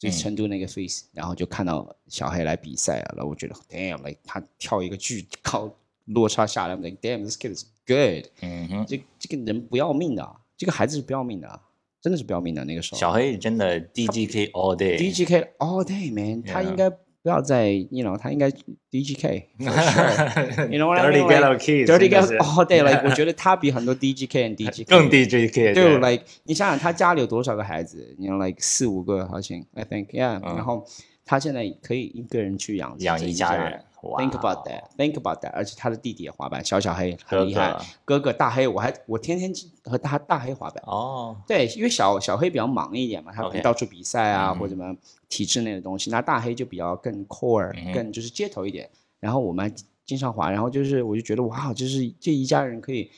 就
嗯
是成都那个 Face，、然后就看到小黑来比赛了，然后我觉得 damn，like 他跳一个巨高落差下来，我们 like damn this kid is good，
嗯哼，
这这个人不要命的啊，这个孩子是不要命的啊，真的是不要命的那个时候。
小黑真的 DGK all day。
DGK all day man，他
Yeah
应该不要再，you know，他应该 DGK for sure。You know what I
Dirty
mean?
Ghetto Kids，
dirty 哦
真的是
girls all day。Like 我觉得他比很多 DGK and DGK
更 DGK
对，like 你想想他家里有多少个孩子？你 like 四五个，好像 I think yeah、
嗯
然后他现在可以一个人去养
养
这
一
一
家
人
人。。哇哦
Think about that. Think about that. 而且他的弟弟也滑板，小小黑
哥
很厉害。
哥
哥哥大黑，我还我天天和他大黑滑板。
哦，
对，因为小小黑比较忙一点嘛，他可
OK
能到处比赛啊
嗯
或者什么体制内的东西。那大黑就比较更 core，、
嗯哼
更就是街头一点。然后我们还经常滑，然后就是我就觉得哇，就是这一家人可以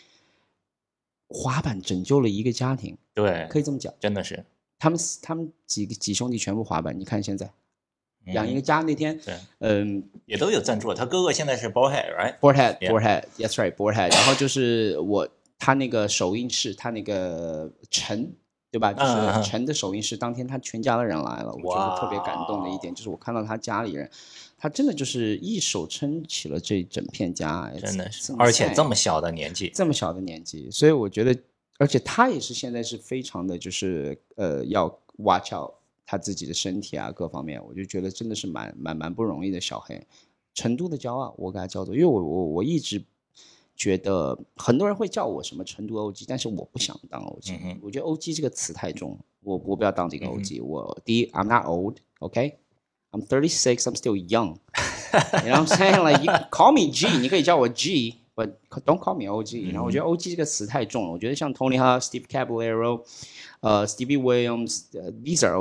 滑板拯救了一个家庭，
对，
可以这么讲。
真的是
他们他们几个几兄弟全部滑板，你看现在养一
个
个家那天
嗯对，
嗯
也都有赞助。他哥哥现在是 ball head，right？
，boardhead
Yeah
boardhead，that's right boardhead，然后就是我他那个首映式，他那个陈对吧？就
嗯嗯嗯
是陈的首映式当天，他全家的人来了，我觉得特别感动的一点就是我看到他家里人，他真的就是一手撑起了这整片家，哎
真的是
it's，
而且
insane
这么小的年纪，
这么小的年纪，所以我觉得，而且他也是现在是非常的，就是呃，要 watch out 他自己的身体啊，各方面，我就觉得真的是蛮蛮蛮不容易的。小黑，成都的骄傲，我给他叫做，因为我我我一直觉得很多人会叫我什么成都 OG，但是我不想当 OG，、
嗯哼嗯
我觉得 OG 这个词太重，我我不要当这个 OG，、我第一 I'm not old，OK、I'm thirty six. I'm still young. You know what I'm saying? Like you can call me G，你可以叫我 G。But don't call me
嗯
OG。然后我觉得 OG 这个词太重了。我觉得像 Tony Hawk、Steve Caballero、呃 Stevie Williams，呃 these are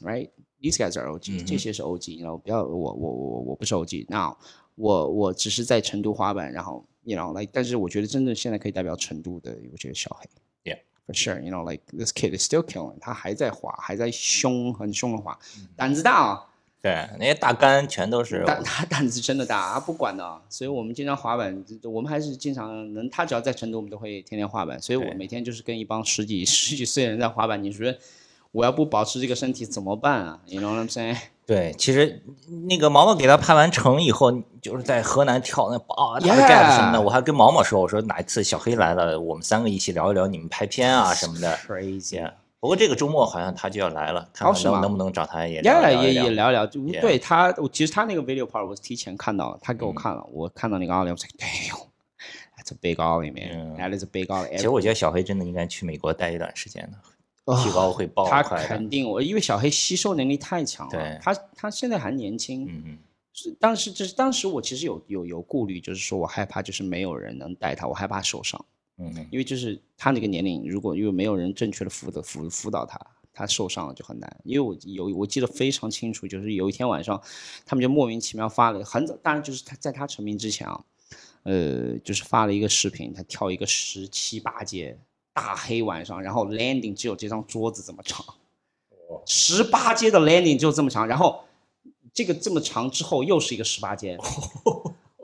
OGs，right？These guys are
嗯
OGs，
哼
这些是 OG。然后不要我我我我不是 OG。那我我只是在成都滑板，然后 you know like，但是我觉得真正现在可以代表成都的，我觉得小黑。
Yeah.
For sure, you know, like this kid is still killing. 他还在滑，还在凶，很凶的滑，
嗯
胆子大啊！
对，那些大杆全都是哦
胆他胆子真的大，啊他不管的，所以我们经常滑板，我们还是经常能，他只要在成都，我们都会天天滑板，所以我
对
每天就是跟一帮十几十几岁的人在滑板，你觉得我要不保持这个身体怎么办啊？You know what I'm saying？
对，其实那个毛毛给他拍完成以后，就是在河南跳那啊大
Yeah
盖什么的，我还跟毛毛说，我说哪一次小黑来了，我们三个一起聊一聊你们拍片啊什么的。
，crazy，
Yeah 不过这个周末好像他就要来了，看
哦
看
是
能
吗
能不能找他也聊
呀，
聊
也
一
也
聊。
聊聊，就
Yeah
对他，我其实他那个 video part 我是提前看到了，他
嗯
给我看了，我看到那个奥利，我说 damn，that's a big ollie
Yeah
man，that is a
嗯
big
其
ollie。
实我觉得小黑真的应该去美国待一段时间的，
哦
提高会爆
他
快的。
肯定我，因为小黑吸收能力太强
对
了，他他现在还年轻，
嗯嗯，
是当时就是当时我其实有有有顾虑，就是说我害怕就是没有人能带他，我害怕受伤，
嗯嗯，
因为就是他那个年龄，如果因为没有人正确的辅导辅辅导他，他受伤了就很难。因为我有我记得非常清楚，就是有一天晚上，他们就莫名其妙发了很早，当然就是他在他成名之前啊，呃，就是发了一个视频，他跳一个十七八节大黑晚上，然后 landing 只有这张桌子这么长，十八阶的 landing 就这么长，然后这个这么长之后又是一个十八阶。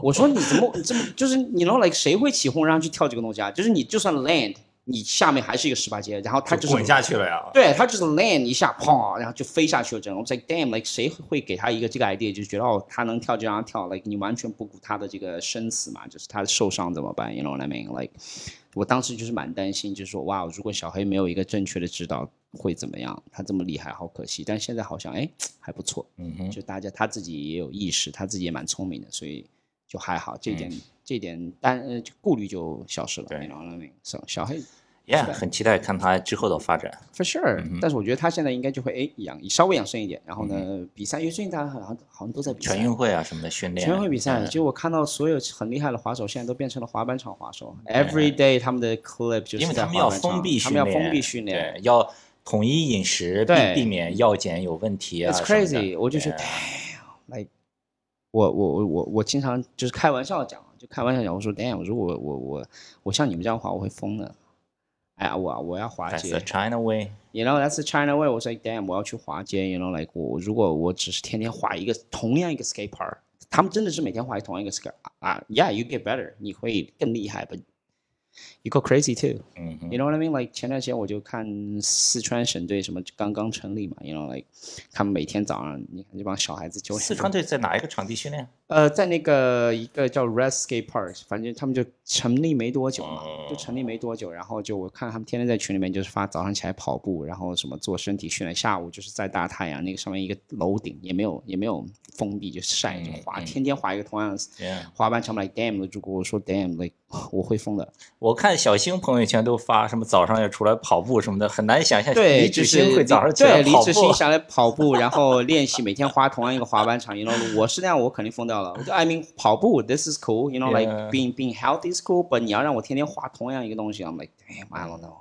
我说你怎么这么就是你老 like 谁会起哄让他去跳这个东西啊？就是你就算 land 你下面还是一个十八阶，然后它
就
就是
滚下去了呀。
对，他就是 land 一下，砰，然后就飞下去了。整个我在 damn like 谁会给他一个这个 idea，就觉得哦，他能跳就让他跳，like 你完全不顾他的这个生死嘛，就是他受伤怎么办？You know what I mean? Like 我当时就是蛮担心，就是说哇，如果小黑没有一个正确的指导会怎么样？他这么厉害，好可惜。但现在好像哎还不错，
嗯哼，
就大家他自己也有意识，他自己也蛮聪明的，所以就还好，这点、这点担呃顾虑就消失了。
对
You know what I mean? So 小黑
Yeah，很期待看他之后的发展。
For sure，、但
嗯
是我觉得他现在应该就会哎养稍微养生一点，然后呢、比赛，因为最近大家好像好像都在比赛，
全运会啊什么的训练，
全运会比赛，就我看到所有很厉害的滑手现在都变成了滑板场滑手，every day 他们的 clip 就是
哎因为
在
他们
滑
要
板场
封闭训
他
练，
们要封闭训练
对，要统一饮食，避
对
避免药检有问题啊
，It's
什么的。
crazy，我就觉得
对
damn，like 我我我我我经常就是开玩笑讲，就开玩笑讲，我说 damn，如果我我我我像你们这样滑，我会疯的，哎呀，我我要滑
，That's
街
the。China way。
You know, that's the China way. 我说 damn，我要去滑街。You know, like 我如果我只是天天滑一个同样一个 skate park，他们真的是每天滑同样一个 skate 啊、y e a h you get better，你会更厉害，but you go crazy too。
嗯哼，
You know what I mean? Like 前段时间我就看四川省队什么刚刚成立嘛，You know, like 他们每天早上，你看这帮小孩子九点
四川队在哪一个场地训练？
呃，在那个一个叫 Red Skate Park，反正他们就成立没多久嘛，嗯
嗯哦
就成立没多久，然后就我看他们天天在群里面就是发早上起来跑步，然后什么做身体训练，下午就是在大太阳那个上面一个楼顶也没有也没有封闭，就晒就滑，天天滑一个同样的
Yeah
滑板场，like damn 的，如果我说 damn，like 我会疯的，
我看小星朋友圈都发什么早上要出来跑步什么的，很难想象
对，
李志
就是
新会早上起
对
来
李
跑
志新
步。啊
想来跑步，然后练习，每天滑同样一个滑板场。You know，我是那样，我肯定疯掉了。我就 I mean，跑步，this is cool，you know，like
Yeah.
being being healthy is cool，but 你要让我天天滑同样一个东西，I'm like damn，I don't know。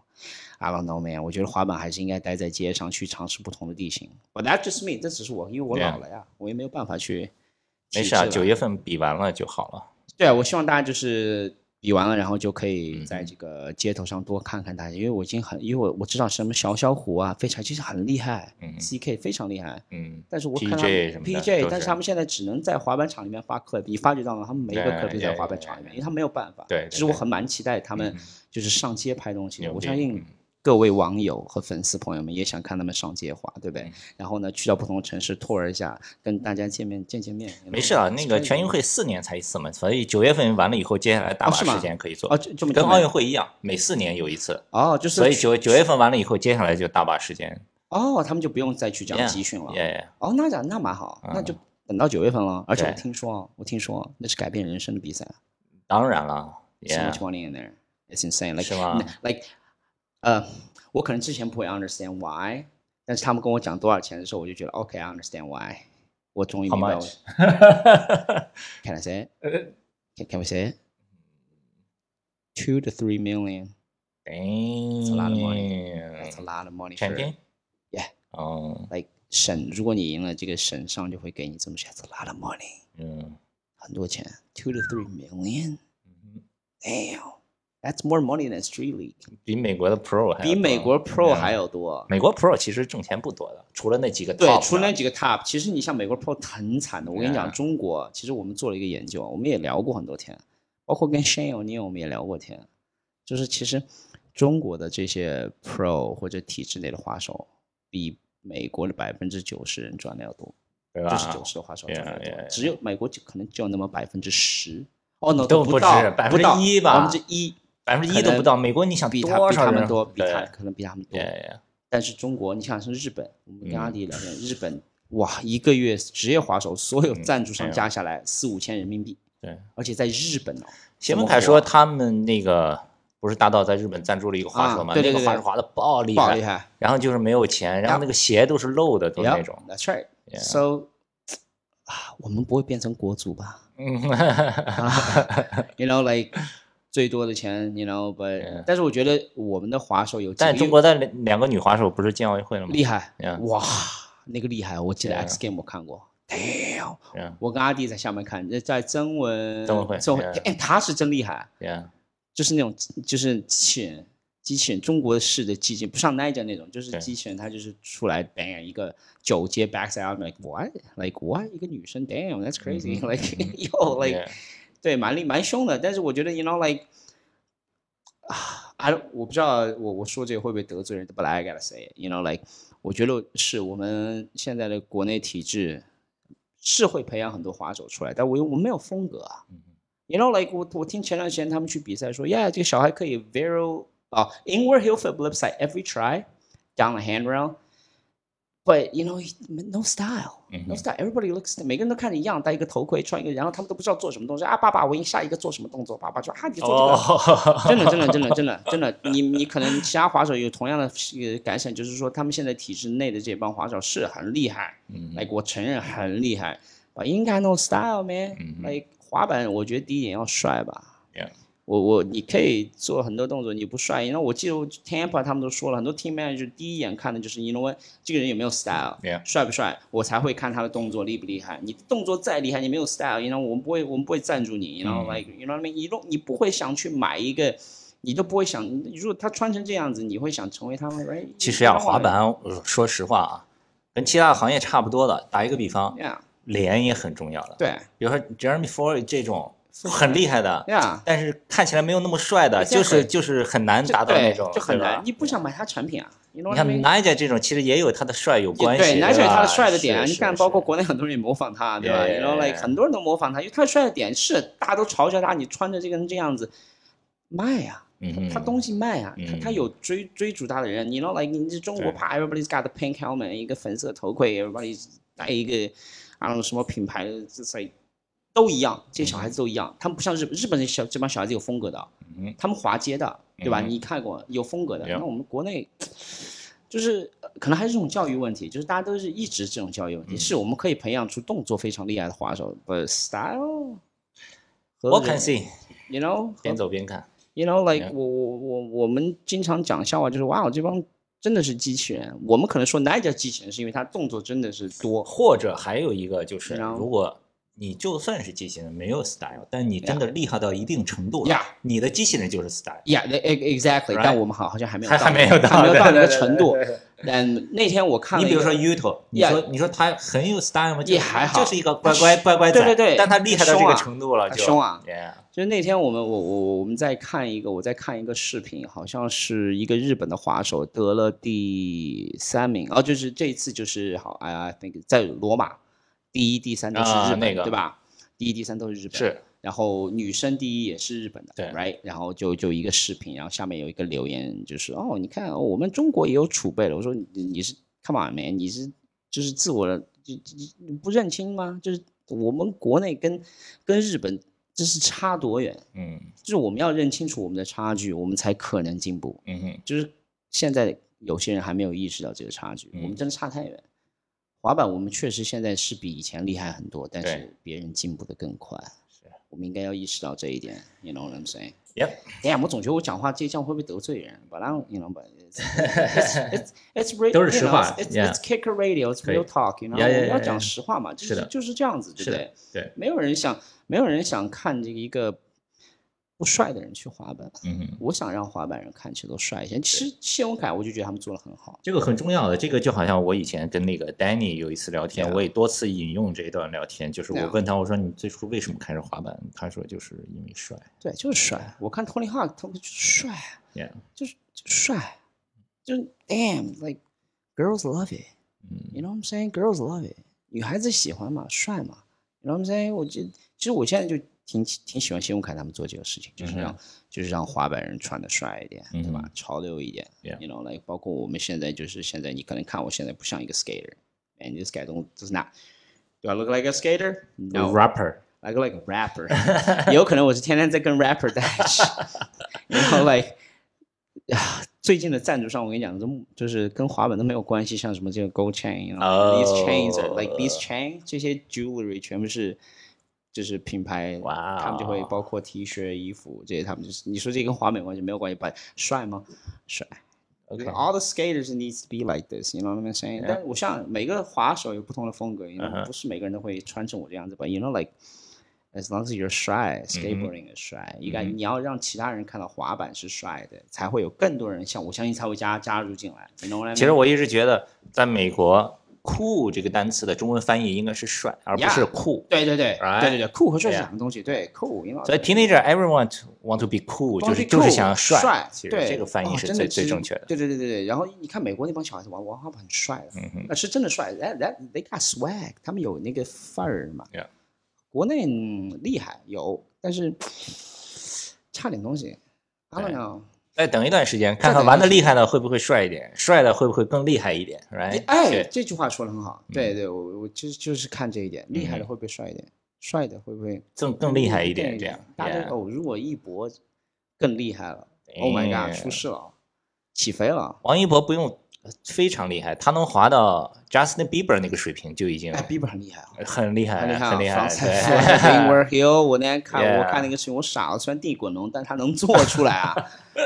I don't know, man。我觉得滑板还是应该待在街上去尝试不同的地形。But that just me，这只是我，因为我
Yeah.
老了呀我也没有办法去。
没事啊，
极致
九
了
月份比完了就好了。
对，我希望大家就是比完了，然后就可以
嗯
在这个街头上多看看大家，因为我已经很，因为我我知道什么小小虎啊，非常其实很厉害
嗯
，CK 非常厉害，
嗯，
但是我看他
PJ 什么的都
PJ，
是
但是他们现在只能在滑板场里面发 clip，你发觉到吗？他们每一个
对
clip 都在
对
滑板场里面，因为他没有办法。
对对
其实我
对嗯
很蛮期待他们就是上街拍东西的，
牛
我
逼
相信
嗯
各位网友和粉丝朋友们也想看他们上街滑，对不
嗯
对？然后呢，去到不同的城市 tour 一下，跟大家见面见见面。
没事啊，那个全运
会。
会四年才一次嘛，所以九月份完了以后，接下来大
哦
把
是吗
时间可以做。
哦这这么
跟
久没
奥运会一样，每四年有一次，
哦，就是
所以九九月份完了以后，接下来就大把时间。
哦，他们就不用再去这样集训了。
耶，
哦，那这样那蛮好，那就等到九月份了。而且我
嗯对
听说，我听说那是改变人生的比赛。
当然了
So
，Yeah，
much money in there, it's insane. Like
是吗
Like，呃，我可能之前不会 understand why，但是他们跟我讲多少钱的时候，我就觉得 OK, I understand why。我终于
How
明白
much？
我。Can I say it? Can Can we say it? Two to three million. a lot of money. That's a
Damn，
lot of money.
全
for-
拼
Yeah
哦，
Like 省，如果你赢了这个省上就会给你这么些，That's a lot of money.
嗯，
很多钱，two to three million。Damn, that's more money than street league，
比美国的 Pro 还要
比美
多
国 Pro
嗯
还要多。
美国 Pro 其实挣钱不多的，除了那几个 top
对，
的
除了那几个 top，其实你像美国 Pro 很惨的。我跟你讲，中国其实我们做了一个研究，我们也聊过很多天，包括跟 Shane O'Neill 我们也聊过天，就是其实中国的这些 Pro 或者体制内的滑手，比美国的百分之九十人赚的要多。
对
就
吧？
是九十的话少赚得
yeah,
多
yeah,，
只有美国就可能只有那么百分之十，哦，no，
都
不
不
到
止
不
1%
到
吧
百分之一，
百分之一
可
都
能
不到。美国你想
比他
多
比
少
他们
人
多，比他
对
可能比他们多。
Yeah, 嗯
但是中国，你想是日本，我们跟阿迪聊天，日本哇，一个月职业滑手所有
嗯
赞助商加下来四五千人民币，
对，
而且在日本哦，
谢
怎
文
么
凯
活
说他们那个不是大道在日本赞助了一个滑手
啊
嘛，
对对
那
对
个滑
对
手滑的爆厉
不好
害
厉，害，
然后就是没有钱，然后那个鞋都是漏的，都是那种。
That's right.
Yeah.
So 啊，我们不会变成国足吧？啊
嗯，
you know like 最多的钱，you know but 但是我觉得我们的滑手有几个
但中国的两两个女滑手不是进奥运会了吗？
厉害
Yeah.
哇，那个厉害，我记得
Yeah.
X Game 我看过。Damn！
Yeah.
我跟阿弟在下面看，那在曾文
曾文慧
曾文
Yeah.
哎，他是真厉害，
Yeah，
就是那种就是机器人，机器人中国式的机器人，不像 n i g e 那种，就是
对
机器人，他就是出来 bang 一个九阶 backside out，like what like what 一个女生，damn that's crazy，like yo like
对
对，蛮厉蛮凶的。但是我觉得，you know like 啊， I don't- 我不知道我我说这个会不会得罪人，but I gotta say it，you know like 我觉得是我们现在的国内体制是会培养很多滑手出来，但我又我没有风格啊
嗯
，you know like 我我听前段时间他们去比赛说，yeah 这个小孩可以 viral 啊、inward heel flip lip side every try down the handrail。But you know, he- no style,
嗯
no
哼
style. Everybody looks，每个人都看着一样，戴一个头盔，穿一个，然后他们都不知道做什么动作。啊，爸爸，我下一个做什么动作？爸爸说，啊，你做这个。
哦，
真的，真的，真的，真的，真的，你你可能其他滑手有同样的呃感想，就是说他们现在体制内的这帮滑手是很厉害
嗯
，like 我承认很厉害，but 应该 no style
嗯
man。
哼
like 滑板，我觉得第一点要帅吧
Yeah。
我我你可以做很多动作，你不帅。然后我记得我 Tampa 他们都说了，很多 team manager 第一眼看的就是 you know what 这个人有没有 style，
Yeah
帅不帅，我才会看他的动作厉不厉害。你动作再厉害，你没有 style，you know 我们不会我们不会赞助你，you know
嗯
like you know what I mean，你都你不会想去买一个，你都不会想，如果他穿成这样子，你会想成为他们？right？
其实啊，
You know
滑板，呃说实话啊，跟其他行业差不多的。打一个比方，
，yeah，
脸也很重要的。
对
比如说 Jeremy Ford 这种很厉害的，
，yeah。
但是看起来没有那么帅的，就是就是很难
这
达到那
对
种，
就很
对吧
难，你不想买他产品啊？你
你看 n i g e 这种，其实也有他的帅有关系，
对，
吧
男生有他的帅的点啊，
是
你看，
是
包括国内很多人也模仿他，对吧
Yeah, yeah,
you know,
yeah,
like
yeah.
很多人都模仿他，因为他的帅的点是大家都嘲笑他，你穿着这个人这样子卖啊呀、
嗯哼
他东西卖啊，他他
嗯
有追追逐他的人，你 you know like 你这中国
对
怕 everybody's got a pink helmet，一个粉色头盔，everybody 戴一个啊什么品牌的，所以都一样，这些小孩子都一样，他们不像日本日本人小这帮小孩子有风格的
嗯哼，
他们滑街的，对吧？
嗯
你看过有风格的，
Yeah
那我们国内。就是呃可能还是这种教育问题，就是大家都是一直这种教育问题，
嗯
是我们可以培养出动作非常厉害的滑手，but style 和
What can
人
see，
you know 和
边走边看，
You know, like
Yeah.
我我我我们经常讲笑话，就是哇，这帮真的是机器人。我们可能说 n i g e 机器人，是因为他动作真的是多。
或者还有一个就是，
然后
如果你就算是机器人没有 style，但你真的厉害到一定程度了
Yeah，
你的机器人就是 style，
Yeah, the- e- exactly.
Right.
但我们好好像还没有
还还没有到，
还没有到那个
对
程度。。
对对对对
但那天我看
你
了一
比
个，
如说 Uto，你
Yeah
说你说他很有 style 吗？就
也还好啊
就是一个乖乖乖乖仔，
对对对
但他厉害到这
凶
个
啊
程度了，
他
就
凶啊
Yeah，
就是那天我们我我我们在看一个我在看一个视频，好像是一个日本的滑手得了第三名，哦，就是这一次就是好哎呀那个在罗马第一第三都是
啊
日本、
那个
对吧？第一第三都是日本
是
然后女生第一也是日本的，
对
，right，然后就就一个视频，然后下面有一个留言，就是哦，你看、哦我们中国也有储备了。我说你你是 come on man，你是就是自我的，就就你不认清吗？就是我们国内跟跟日本这是差多远？
嗯
就是我们要认清楚我们的差距，我们才可能进步。
嗯哼，
就是现在有些人还没有意识到这个差距，我
嗯
们真的差太远。滑板我们确实现在是比以前厉害很多，但
对
是别人进步的更快。我们应该要意识到这一点，you know what I'm saying？
Yep
哎呀，我总觉得我讲话这样会不会得罪人？But I don't, you know, but it's it's it's, it's real，
都是实话
It's
yeah
it's kicker radio, it's
可以
real talk. You know，我
Yeah, yeah,
们要
yeah,
讲
yeah
实话嘛，就是
的
是就是这样子，对
是
不
的
对？
对，
没有人想，没有人想看这个一个不帅的人去滑板。
嗯哼。
我想让滑板人看起来都帅一些。其实谢勇凯，我就觉得他们做的很好。
这个很重要的，这个就好像我以前跟那个 Danny 有一次聊天
Yeah
我也多次引用这一段聊天，就是我
Yeah
问他，我说你最初为什么开始滑板？他说就是因为帅
对，就是帅。我看 Tony Hawk，他们就是帅，嗯
，Yeah，
就是就是帅，就是 damn，like girls love it。
嗯
You know what I'm saying? Girls love it. 女孩子喜欢嘛，帅嘛。You know what I'm saying? 我就其实我现在就挺挺喜欢谢永凯他们做这个事情，就是让、就是让滑板人穿的帅一点，对吧
嗯？
潮流一点。
Yeah.
You know, like 包括我们现在就是现在，你可能看我现在不像一个 skater, and this guy don't does not. Do I look like a skater? No.
，rapper，
I look like a rapper，有 可能我是天天在跟 rapper 在一起，然后 like 啊，最近的赞助商我跟你讲，都就是跟滑板都没有关系，像什么这个 gold chain，you know，
哦
these chains are like these chain 这些 jewelry 全部是就是品牌，
哇哦
他们就会包括 T 恤、衣服这些，他们就是你说这跟滑没关系，没有关系，but 帅吗？帅。
OK
All the skaters needs to be like this, you know what I'm saying? 但我像每个滑手有不同的风格，you know，、
嗯哼
不是每个人都会穿成我这样子吧？You know, like as long as you're shy,
嗯
skateboarding is shy. 应该、你要让其他人看到滑板是帅的，才会有更多人像我相信才会加加入进来。You know what I mean?
其实我一直觉得，在美国酷这个单词的中文翻译应该是帅，而不是
Yeah
酷。
对对对
Right
对对对，酷和帅是
对呀
两个东西，对酷，因为
所以 teenager everyone want to be cool，
光
就是是就是
酷
想要
帅
其实
对
这个翻译
哦
是
真
最最
的其实
正确的。
对对对对对，然后你看美国那帮小孩子玩玩滑板很帅的，
嗯哼
那是真的帅，that that they got swag，他们有那个范儿嘛。
Yeah
国内、嗯厉害有，但是差点东西。I don't
对
know。
再等一段时间，看看
等一
玩的
段时
厉害的会不会帅一点，帅的会不会更厉害一点
哎
，right？
哎，
对
这句话说的很好。对对，我我就是就是看这一点，厉害的
嗯
会不会帅一点？帅的会不会
更更厉害一点，
更
这样。
大家
yeah
哦，如果一博更厉害了，Oh my god，
Yeah
出事了，起飞了。
王一博不用呃非常厉害，他能滑到 Justin Bieber 那个水平就已经
哎，Bieber 很厉害啊。
很厉害，
很厉害啊，
很厉害。
防晒
对
Green World Hill，我那天看
Yeah
我看那个视频，我傻了，虽然地滚龙，但他能做出来啊，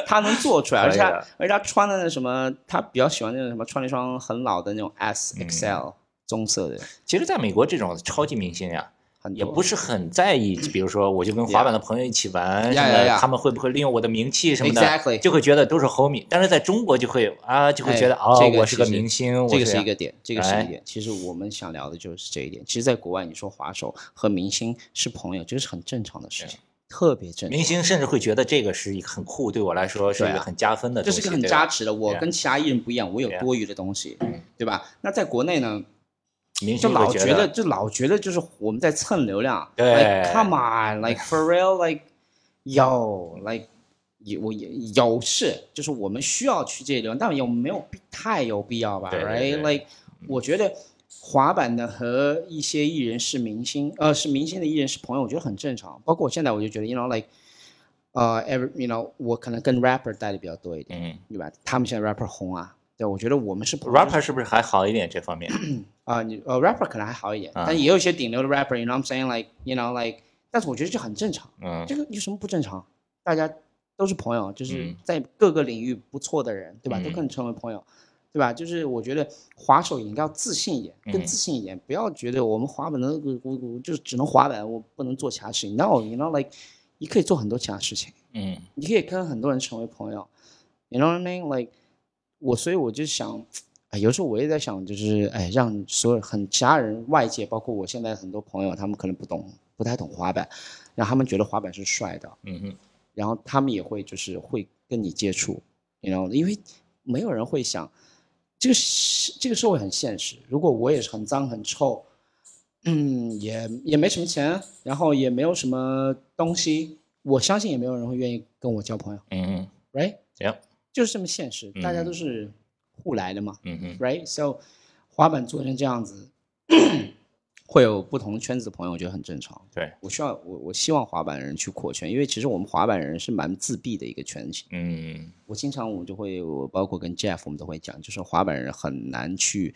他能做出来，而
可
且
以
他
的
而且他穿的那什么，他比较喜欢那种什么，穿了一双很老的那种
嗯
S XL 棕色的，
其实，在美国这种超级明星呀，
很
也
多
不是很在意，比如说我就跟滑板的朋友一起玩
Yeah,
什么
yeah, yeah.
他们会不会利用我的名气什么的，
exactly
就会觉得都是 homie。但是在中国就会啊，就会觉得
哎
哦
这，个
我是个
其实
明星，我
这个
是
是一个点，这个是
哎
一点。其实我们想聊的就是这一点。其实，在国外，你说滑手和明星是朋友，这是很正常的事情，特别正常。
明星，甚至会觉得这个是一个很酷，对我来说是一
对
个
啊
很加分的
这
东西。
是个很
对啊
扎
吧
实的。我
Yeah
跟其他艺人不一样，我有
Yeah
多余的东西，
嗯
对吧？那在国内呢？
明
就
星
老
会
觉得，就老觉得就是我们在蹭流量。
对
like, come on，like for real，like yo，like 有我也有是，就是我们需要去这些流量，但有没有必太有必要吧
对对嗯对
？Right，like 我觉得滑板的和一些艺人是明星，呃，是明星的艺人是朋友，我觉得很正常。包括我现在，我就觉得，you know，like 呃、e v e r y you know，我可能跟 rapper 待的比较多一点，
嗯
对吧？他们现在 rapper 红啊，对，我觉得我们是朋友
，rapper 是不是还好一点这方面？
啊，你呃，rapper 可能还好一点，
啊
但也有一些顶流的 rapper，you know what I'm saying like you know like，但是我觉得这很正常，
嗯，
这个有什么不正常？大家都是朋友，就是
嗯
在各个领域不错的人，对吧？都
嗯
可以成为朋友，对吧？就是我觉得滑手应该要自信一点，更
嗯
自信一点，不要觉得我们滑板能我我我就是只能滑板，我不能做其他事情。No，you know like，你可以做很多其他事情。
嗯
你可以跟很多人成为朋友，you know what I mean? Like 我，所以我就想，哎，有时候我也在想，就是哎，让所有很其他人、外界，包括我现在很多朋友，他们可能不懂，不太懂滑板，然后他们觉得滑板是帅的，
嗯哼，
然后他们也会就是会跟你接触，你知道，因为没有人会想，这个是这个社会很现实。如果我也是很脏很臭，嗯，也也没什么钱，然后也没有什么东西，我相信也没有人会愿意跟我交朋友
嗯哼，
，right？
行，
就是这么现实，大家
嗯
都是互来的嘛、
嗯哼。
r i g h t So，滑板做成这样子， 会有不同圈子的朋友，我觉得很正常。
对，
我需要我我希望滑板人去扩圈，因为其实我们滑板人是蛮自闭的一个圈子。
嗯
我经常我就会，我包括跟 Jeff 我们都会讲，就是滑板人很难去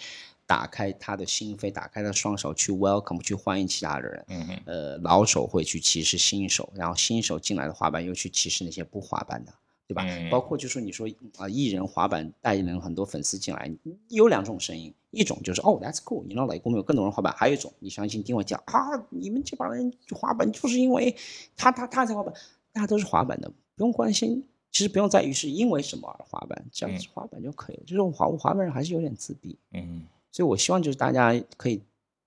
打开他的心扉，打开他的双手去 welcome 去欢迎其他的人。
嗯哼，
呃，老手会去歧视新手，然后新手进来的滑板又去歧视那些不滑板的，对吧？
嗯
包括就说你说啊、艺人滑板带领很多粉丝进来，有两种声音，一种就是哦，that's cool，你 know like 我们有更多人滑板，还有一种你相信定位讲啊，你们这帮人滑板就是因为他他他才滑板，大家都是滑板的，不用关心。其实不用在意是因为什么而滑板，只要
嗯
是滑板就可以了。就是滑滑板人还是有点自闭，
嗯
所以我希望就是大家可以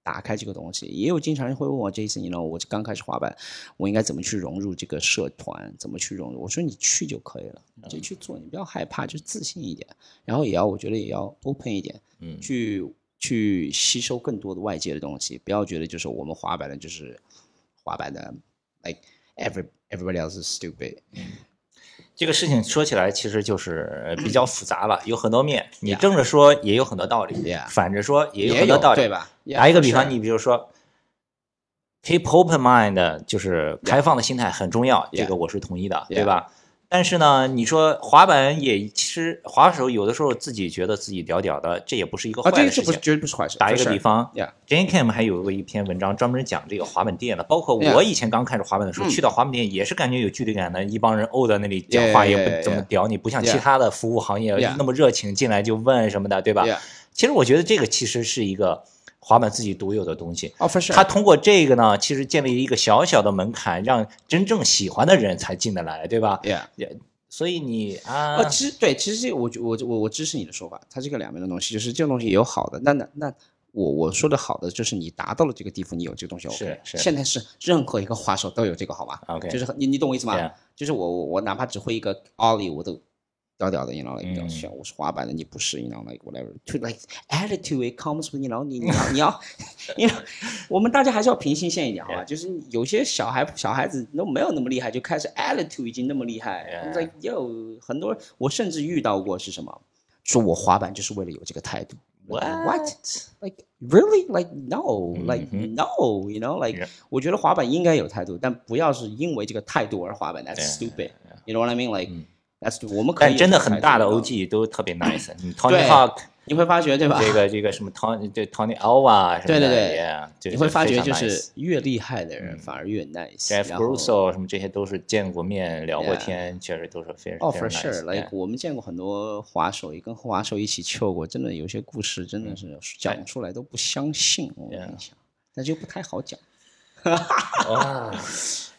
打开这个东西。也有经常人会问我这一次，你呢？我刚开始滑板，我应该怎么去融入这个社团？怎么去融入？我说你去就可以了，你
嗯
就去做，你不要害怕，就自信一点。然后也要，我觉得也要 open 一点，
嗯，
去去吸收更多的外界的东西，不要觉得就是我们滑板的就是滑板的，like every everybody else is stupid。
这个事情说起来其实就是呃比较复杂了，有很多面。你
Yeah
正着说也有很多道理
Yeah
反着说也有
也
很多
有
道理，
对？吧？
打一个比方，
Yeah，
你比如说，keep open mind，就是开放的心态很重要，这个我是同意的，对吧？但是呢，你说滑板也其实滑手有的时候自己觉得自己屌屌的，这也不是一个
啊，这
坏
个
的
这
事
不
情
是。绝对不是坏事。
打一个比方
Yeah
j a n k i m 还有过一篇文章专门讲这个滑板店的，包括
Yeah
我以前刚开始滑板的时候，
嗯
去到滑板店也是感觉有距离感的，一帮人怄在那里讲话
Yeah,
也
yeah, yeah,
不怎么
yeah
屌你，不像
Yeah
其他的服务行业
Yeah
那么热情，进来就问什么的，对吧
y e a h
其实我觉得这个其实是一个滑板自己独有的东西。
哦，for sure。
他通过这个呢，其实建立一个小小的门槛，让真正喜欢的人才进得来，对吧？
Yeah，
所以你啊，
呃，其实对，其实这我我我我支持你的说法，它是一个两面的东西，就是这个东西也有好的，那那那我我说的好的就是你达到了这个地步，你有这个东西 OK。
是是
现在是任何一个滑手都有这个，好吧
OK 啊
就是你你懂我意思吗
Yeah
就是我我我哪怕只会一个 ollie，我都屌屌的，you know，like 比较
嗯
炫。我是滑板的，你不是，you know like whatever。To like attitude it comes with，you know，你你要你要你要，我们大家还是要平心线一点，好吧
Yeah
就是有些小孩小孩子都没有那么厉害，就开始 attitude 已经那么厉害。
Yeah
like yo，很多我甚至遇到过是什么？说我滑板就是为了有这个态度。What？like really like no like
嗯
no you know like
Yeah.
我觉得滑板应该有态度，但不要是因为这个态度而滑板，that's
Yeah,
stupid。You know what I mean? Like
嗯
that's stu- 我们可以
但真的
有态
很
度
大的
你知道吗
OG 都特别 nice，你 Tony
对
Hawk
你会发觉对 吧？
这个这个什么 Tony 这 Tony Alva 什么的，
对对对
yeah，就
你会发觉
非
就
常 nice 嗯
是越厉害的人反而越 nice。
Jeff
然后
Russo 什么这些都是见过面聊过
Yeah
天，确实都是非常
哦
非
，for
常
sure。
nice，
Like
yeah
我们见过很多滑手，也跟滑手一起 chill 过，真的有些故事真的是讲出来都不相信。我跟你
Yeah
讲，但是又不太好讲。
哇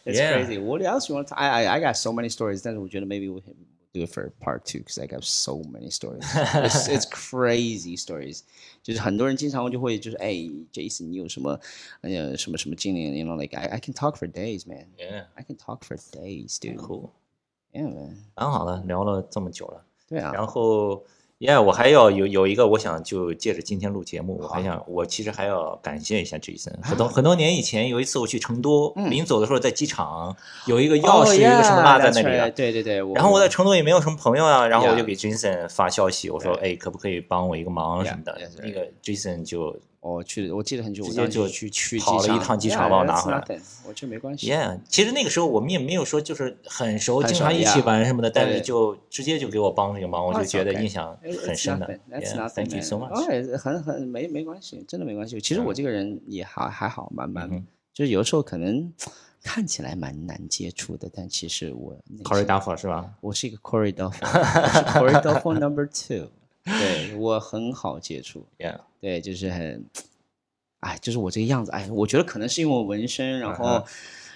It's
Yeah.
crazy. What else you want? To, I, I I got so many stories. 但是我觉得 maybe we can do it for part two because I got so many stories. It's it's crazy stories. 就是很多人经常就会就是哎，Jason，你有什么哎呀什么什么经历？You know, like I I can talk for days, man.
yeah，
I can talk for days, dude.
酷，
Yeah, man.
蛮好的，聊了这么久了。
对啊，
然后，Yeah，我还要有有一个，我想就借着今天录节目，我还想，我其实还要感谢一下 Jason。很多很多年以前，有一次我去成都，临走的时候在机场有一个钥匙，一个什么落在那里啊了
Oh, 嗯哦 yeah, that's right.。对对对，我
然后我在成都也没有什么朋友啊，然后我
Yeah
就给 Jason 发消息，我说，哎，可不可以帮我一个忙什么的
Yeah，that's？right
那个 Jason 就
我去，我记得很久，我
直接
当时
就
去去
跑了一趟机场把我拿回来
Yeah, that's nothing. 我觉得没关系。
，Yeah，其实那个时候我们也没有说就是很熟，
很熟
经常一起
yeah
玩什么的，但
对
是就直接就给我帮这个忙，我
Oh,
就
it's
觉得
okay
印象
It's
很深的
nothing,。That's
Yeah,
nothing.
Thank you so
man.
much。嗯
哎，很很没没关系，真的没关系。其实我这个人也还还好，蛮蛮，
嗯哼
就是有时候可能 看起来蛮难接触的，但其实我内
考虑
心
打法是吧？
我是一个 Corey d o f f i n c o r e y d o f f i n number two，对我很好接触，
Yeah，
对，就是很，哎，就是我这个样子，哎，我觉得可能是因为我纹身，
嗯
然后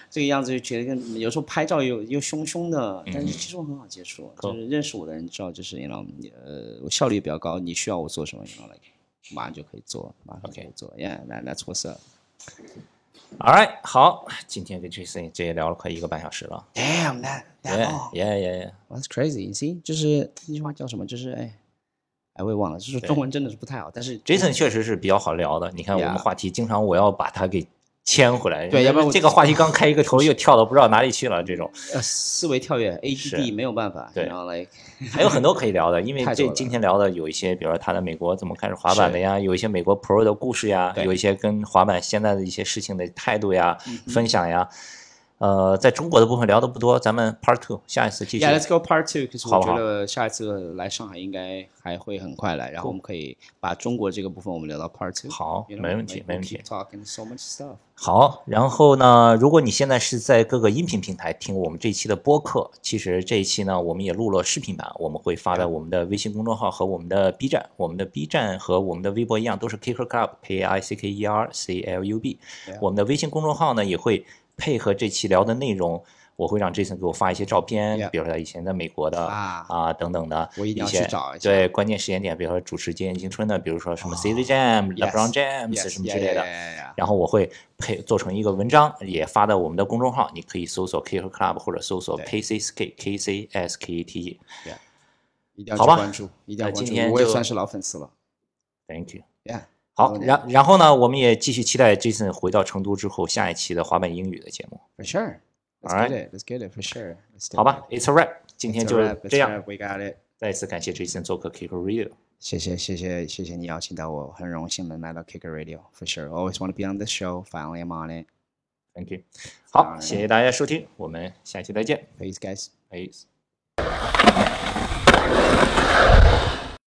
这个样子就觉得跟有时候拍照又又凶凶
嗯
的，但是其实我很好接触，就是认识我的人知道，就是你 know，呃，我效率比较高，你需要我做什么，你 know，like 马上就可以做，马上就可以
OK
做，Yeah，那 that's what's up。
All right，好，今天跟 Jason 这也聊了快一个半小时了。
Damn that that
Yeah,
long.
yeah, yeah, yeah.
That's crazy. You see，就是那句话叫什么？就是哎，哎，我也忘了，就是中文真的是不太好，但是
Jason 确实是比较好聊的。你看我
Yeah
们话题，经常我要把它给牵回来。
对要不然我
这个话题刚开一个头，又跳到不知道哪里去了。这种
呃思维跳跃 ADD 没有办法，
对
然后 like
还有很多可以聊的，因为
太多
这
了
今天聊的有一些，比如说他在美国怎么开始滑板的呀，有一些美国 Pro 的故事呀，
对嗯
有一些跟滑板现在的一些事情的态度呀、分享呀。呃，在中国的部分聊的不多，咱们 Part Two 下一次继续。
Yeah, let's go part two. 可是
好
我
不
觉
好
得下一次来上海应该还会很快来，然后我们可以把中国这个部分我们聊到 part two。
好
You know,
没问题
like,
没
we'll
问题
keep Talking so much stuff.
好，然后呢，如果你现在是在各个音频平台听我们这一期的播客，其实这一期呢，我们也录了视频版，我们会发在我们的微信公众号和我们的 B 站，我们的 B 站和我们的微博一样，都是 Kicker Club K I C K E R C L U B，
Yeah
我们的微信公众号呢也会配合这期聊的内容。我会让 Jason 给我发一些照片
Yeah
比如说他以前在美国的
啊
等等的，
我一定要去
些
找一下啊
对关键时间点，比如说主持《今年青春》的，比如说什么 CZ Jam、LeBron James
Yes,
什么
yeah,
之类的
yeah, yeah, yeah, yeah.
然后我会配做成一个文章，也发到我们的公众号，你可以搜索 K 和 Club 或者搜索
对
K C S K K C S K E T E。
一定要
好
去
吧
关注，一定要
那
关
今
注
天。
我也
就
算是老粉丝了。
Thank you。
Yeah.
好，
OK
然然后呢，我们也继续期待 Jason 回到成都之后下一期的滑板英语的节目，
For sure. Let's
Alright.
get it. Let's get it. For sure. Let's do
好吧
it.
？It's a wrap，今天
It's a
就
wrap, it's
这
a
样。
wrap, We got it.
再一次感谢 Jason 做客 Kick Radio。
谢谢谢谢谢谢你邀请到我，很荣幸能来到 Kicker Radio. For sure. Always want to be on this show. Finally, I'm on it.
Thank you。
当
好，
然
谢谢大家收听，我们下期再见。
Peace, guys.
Peace。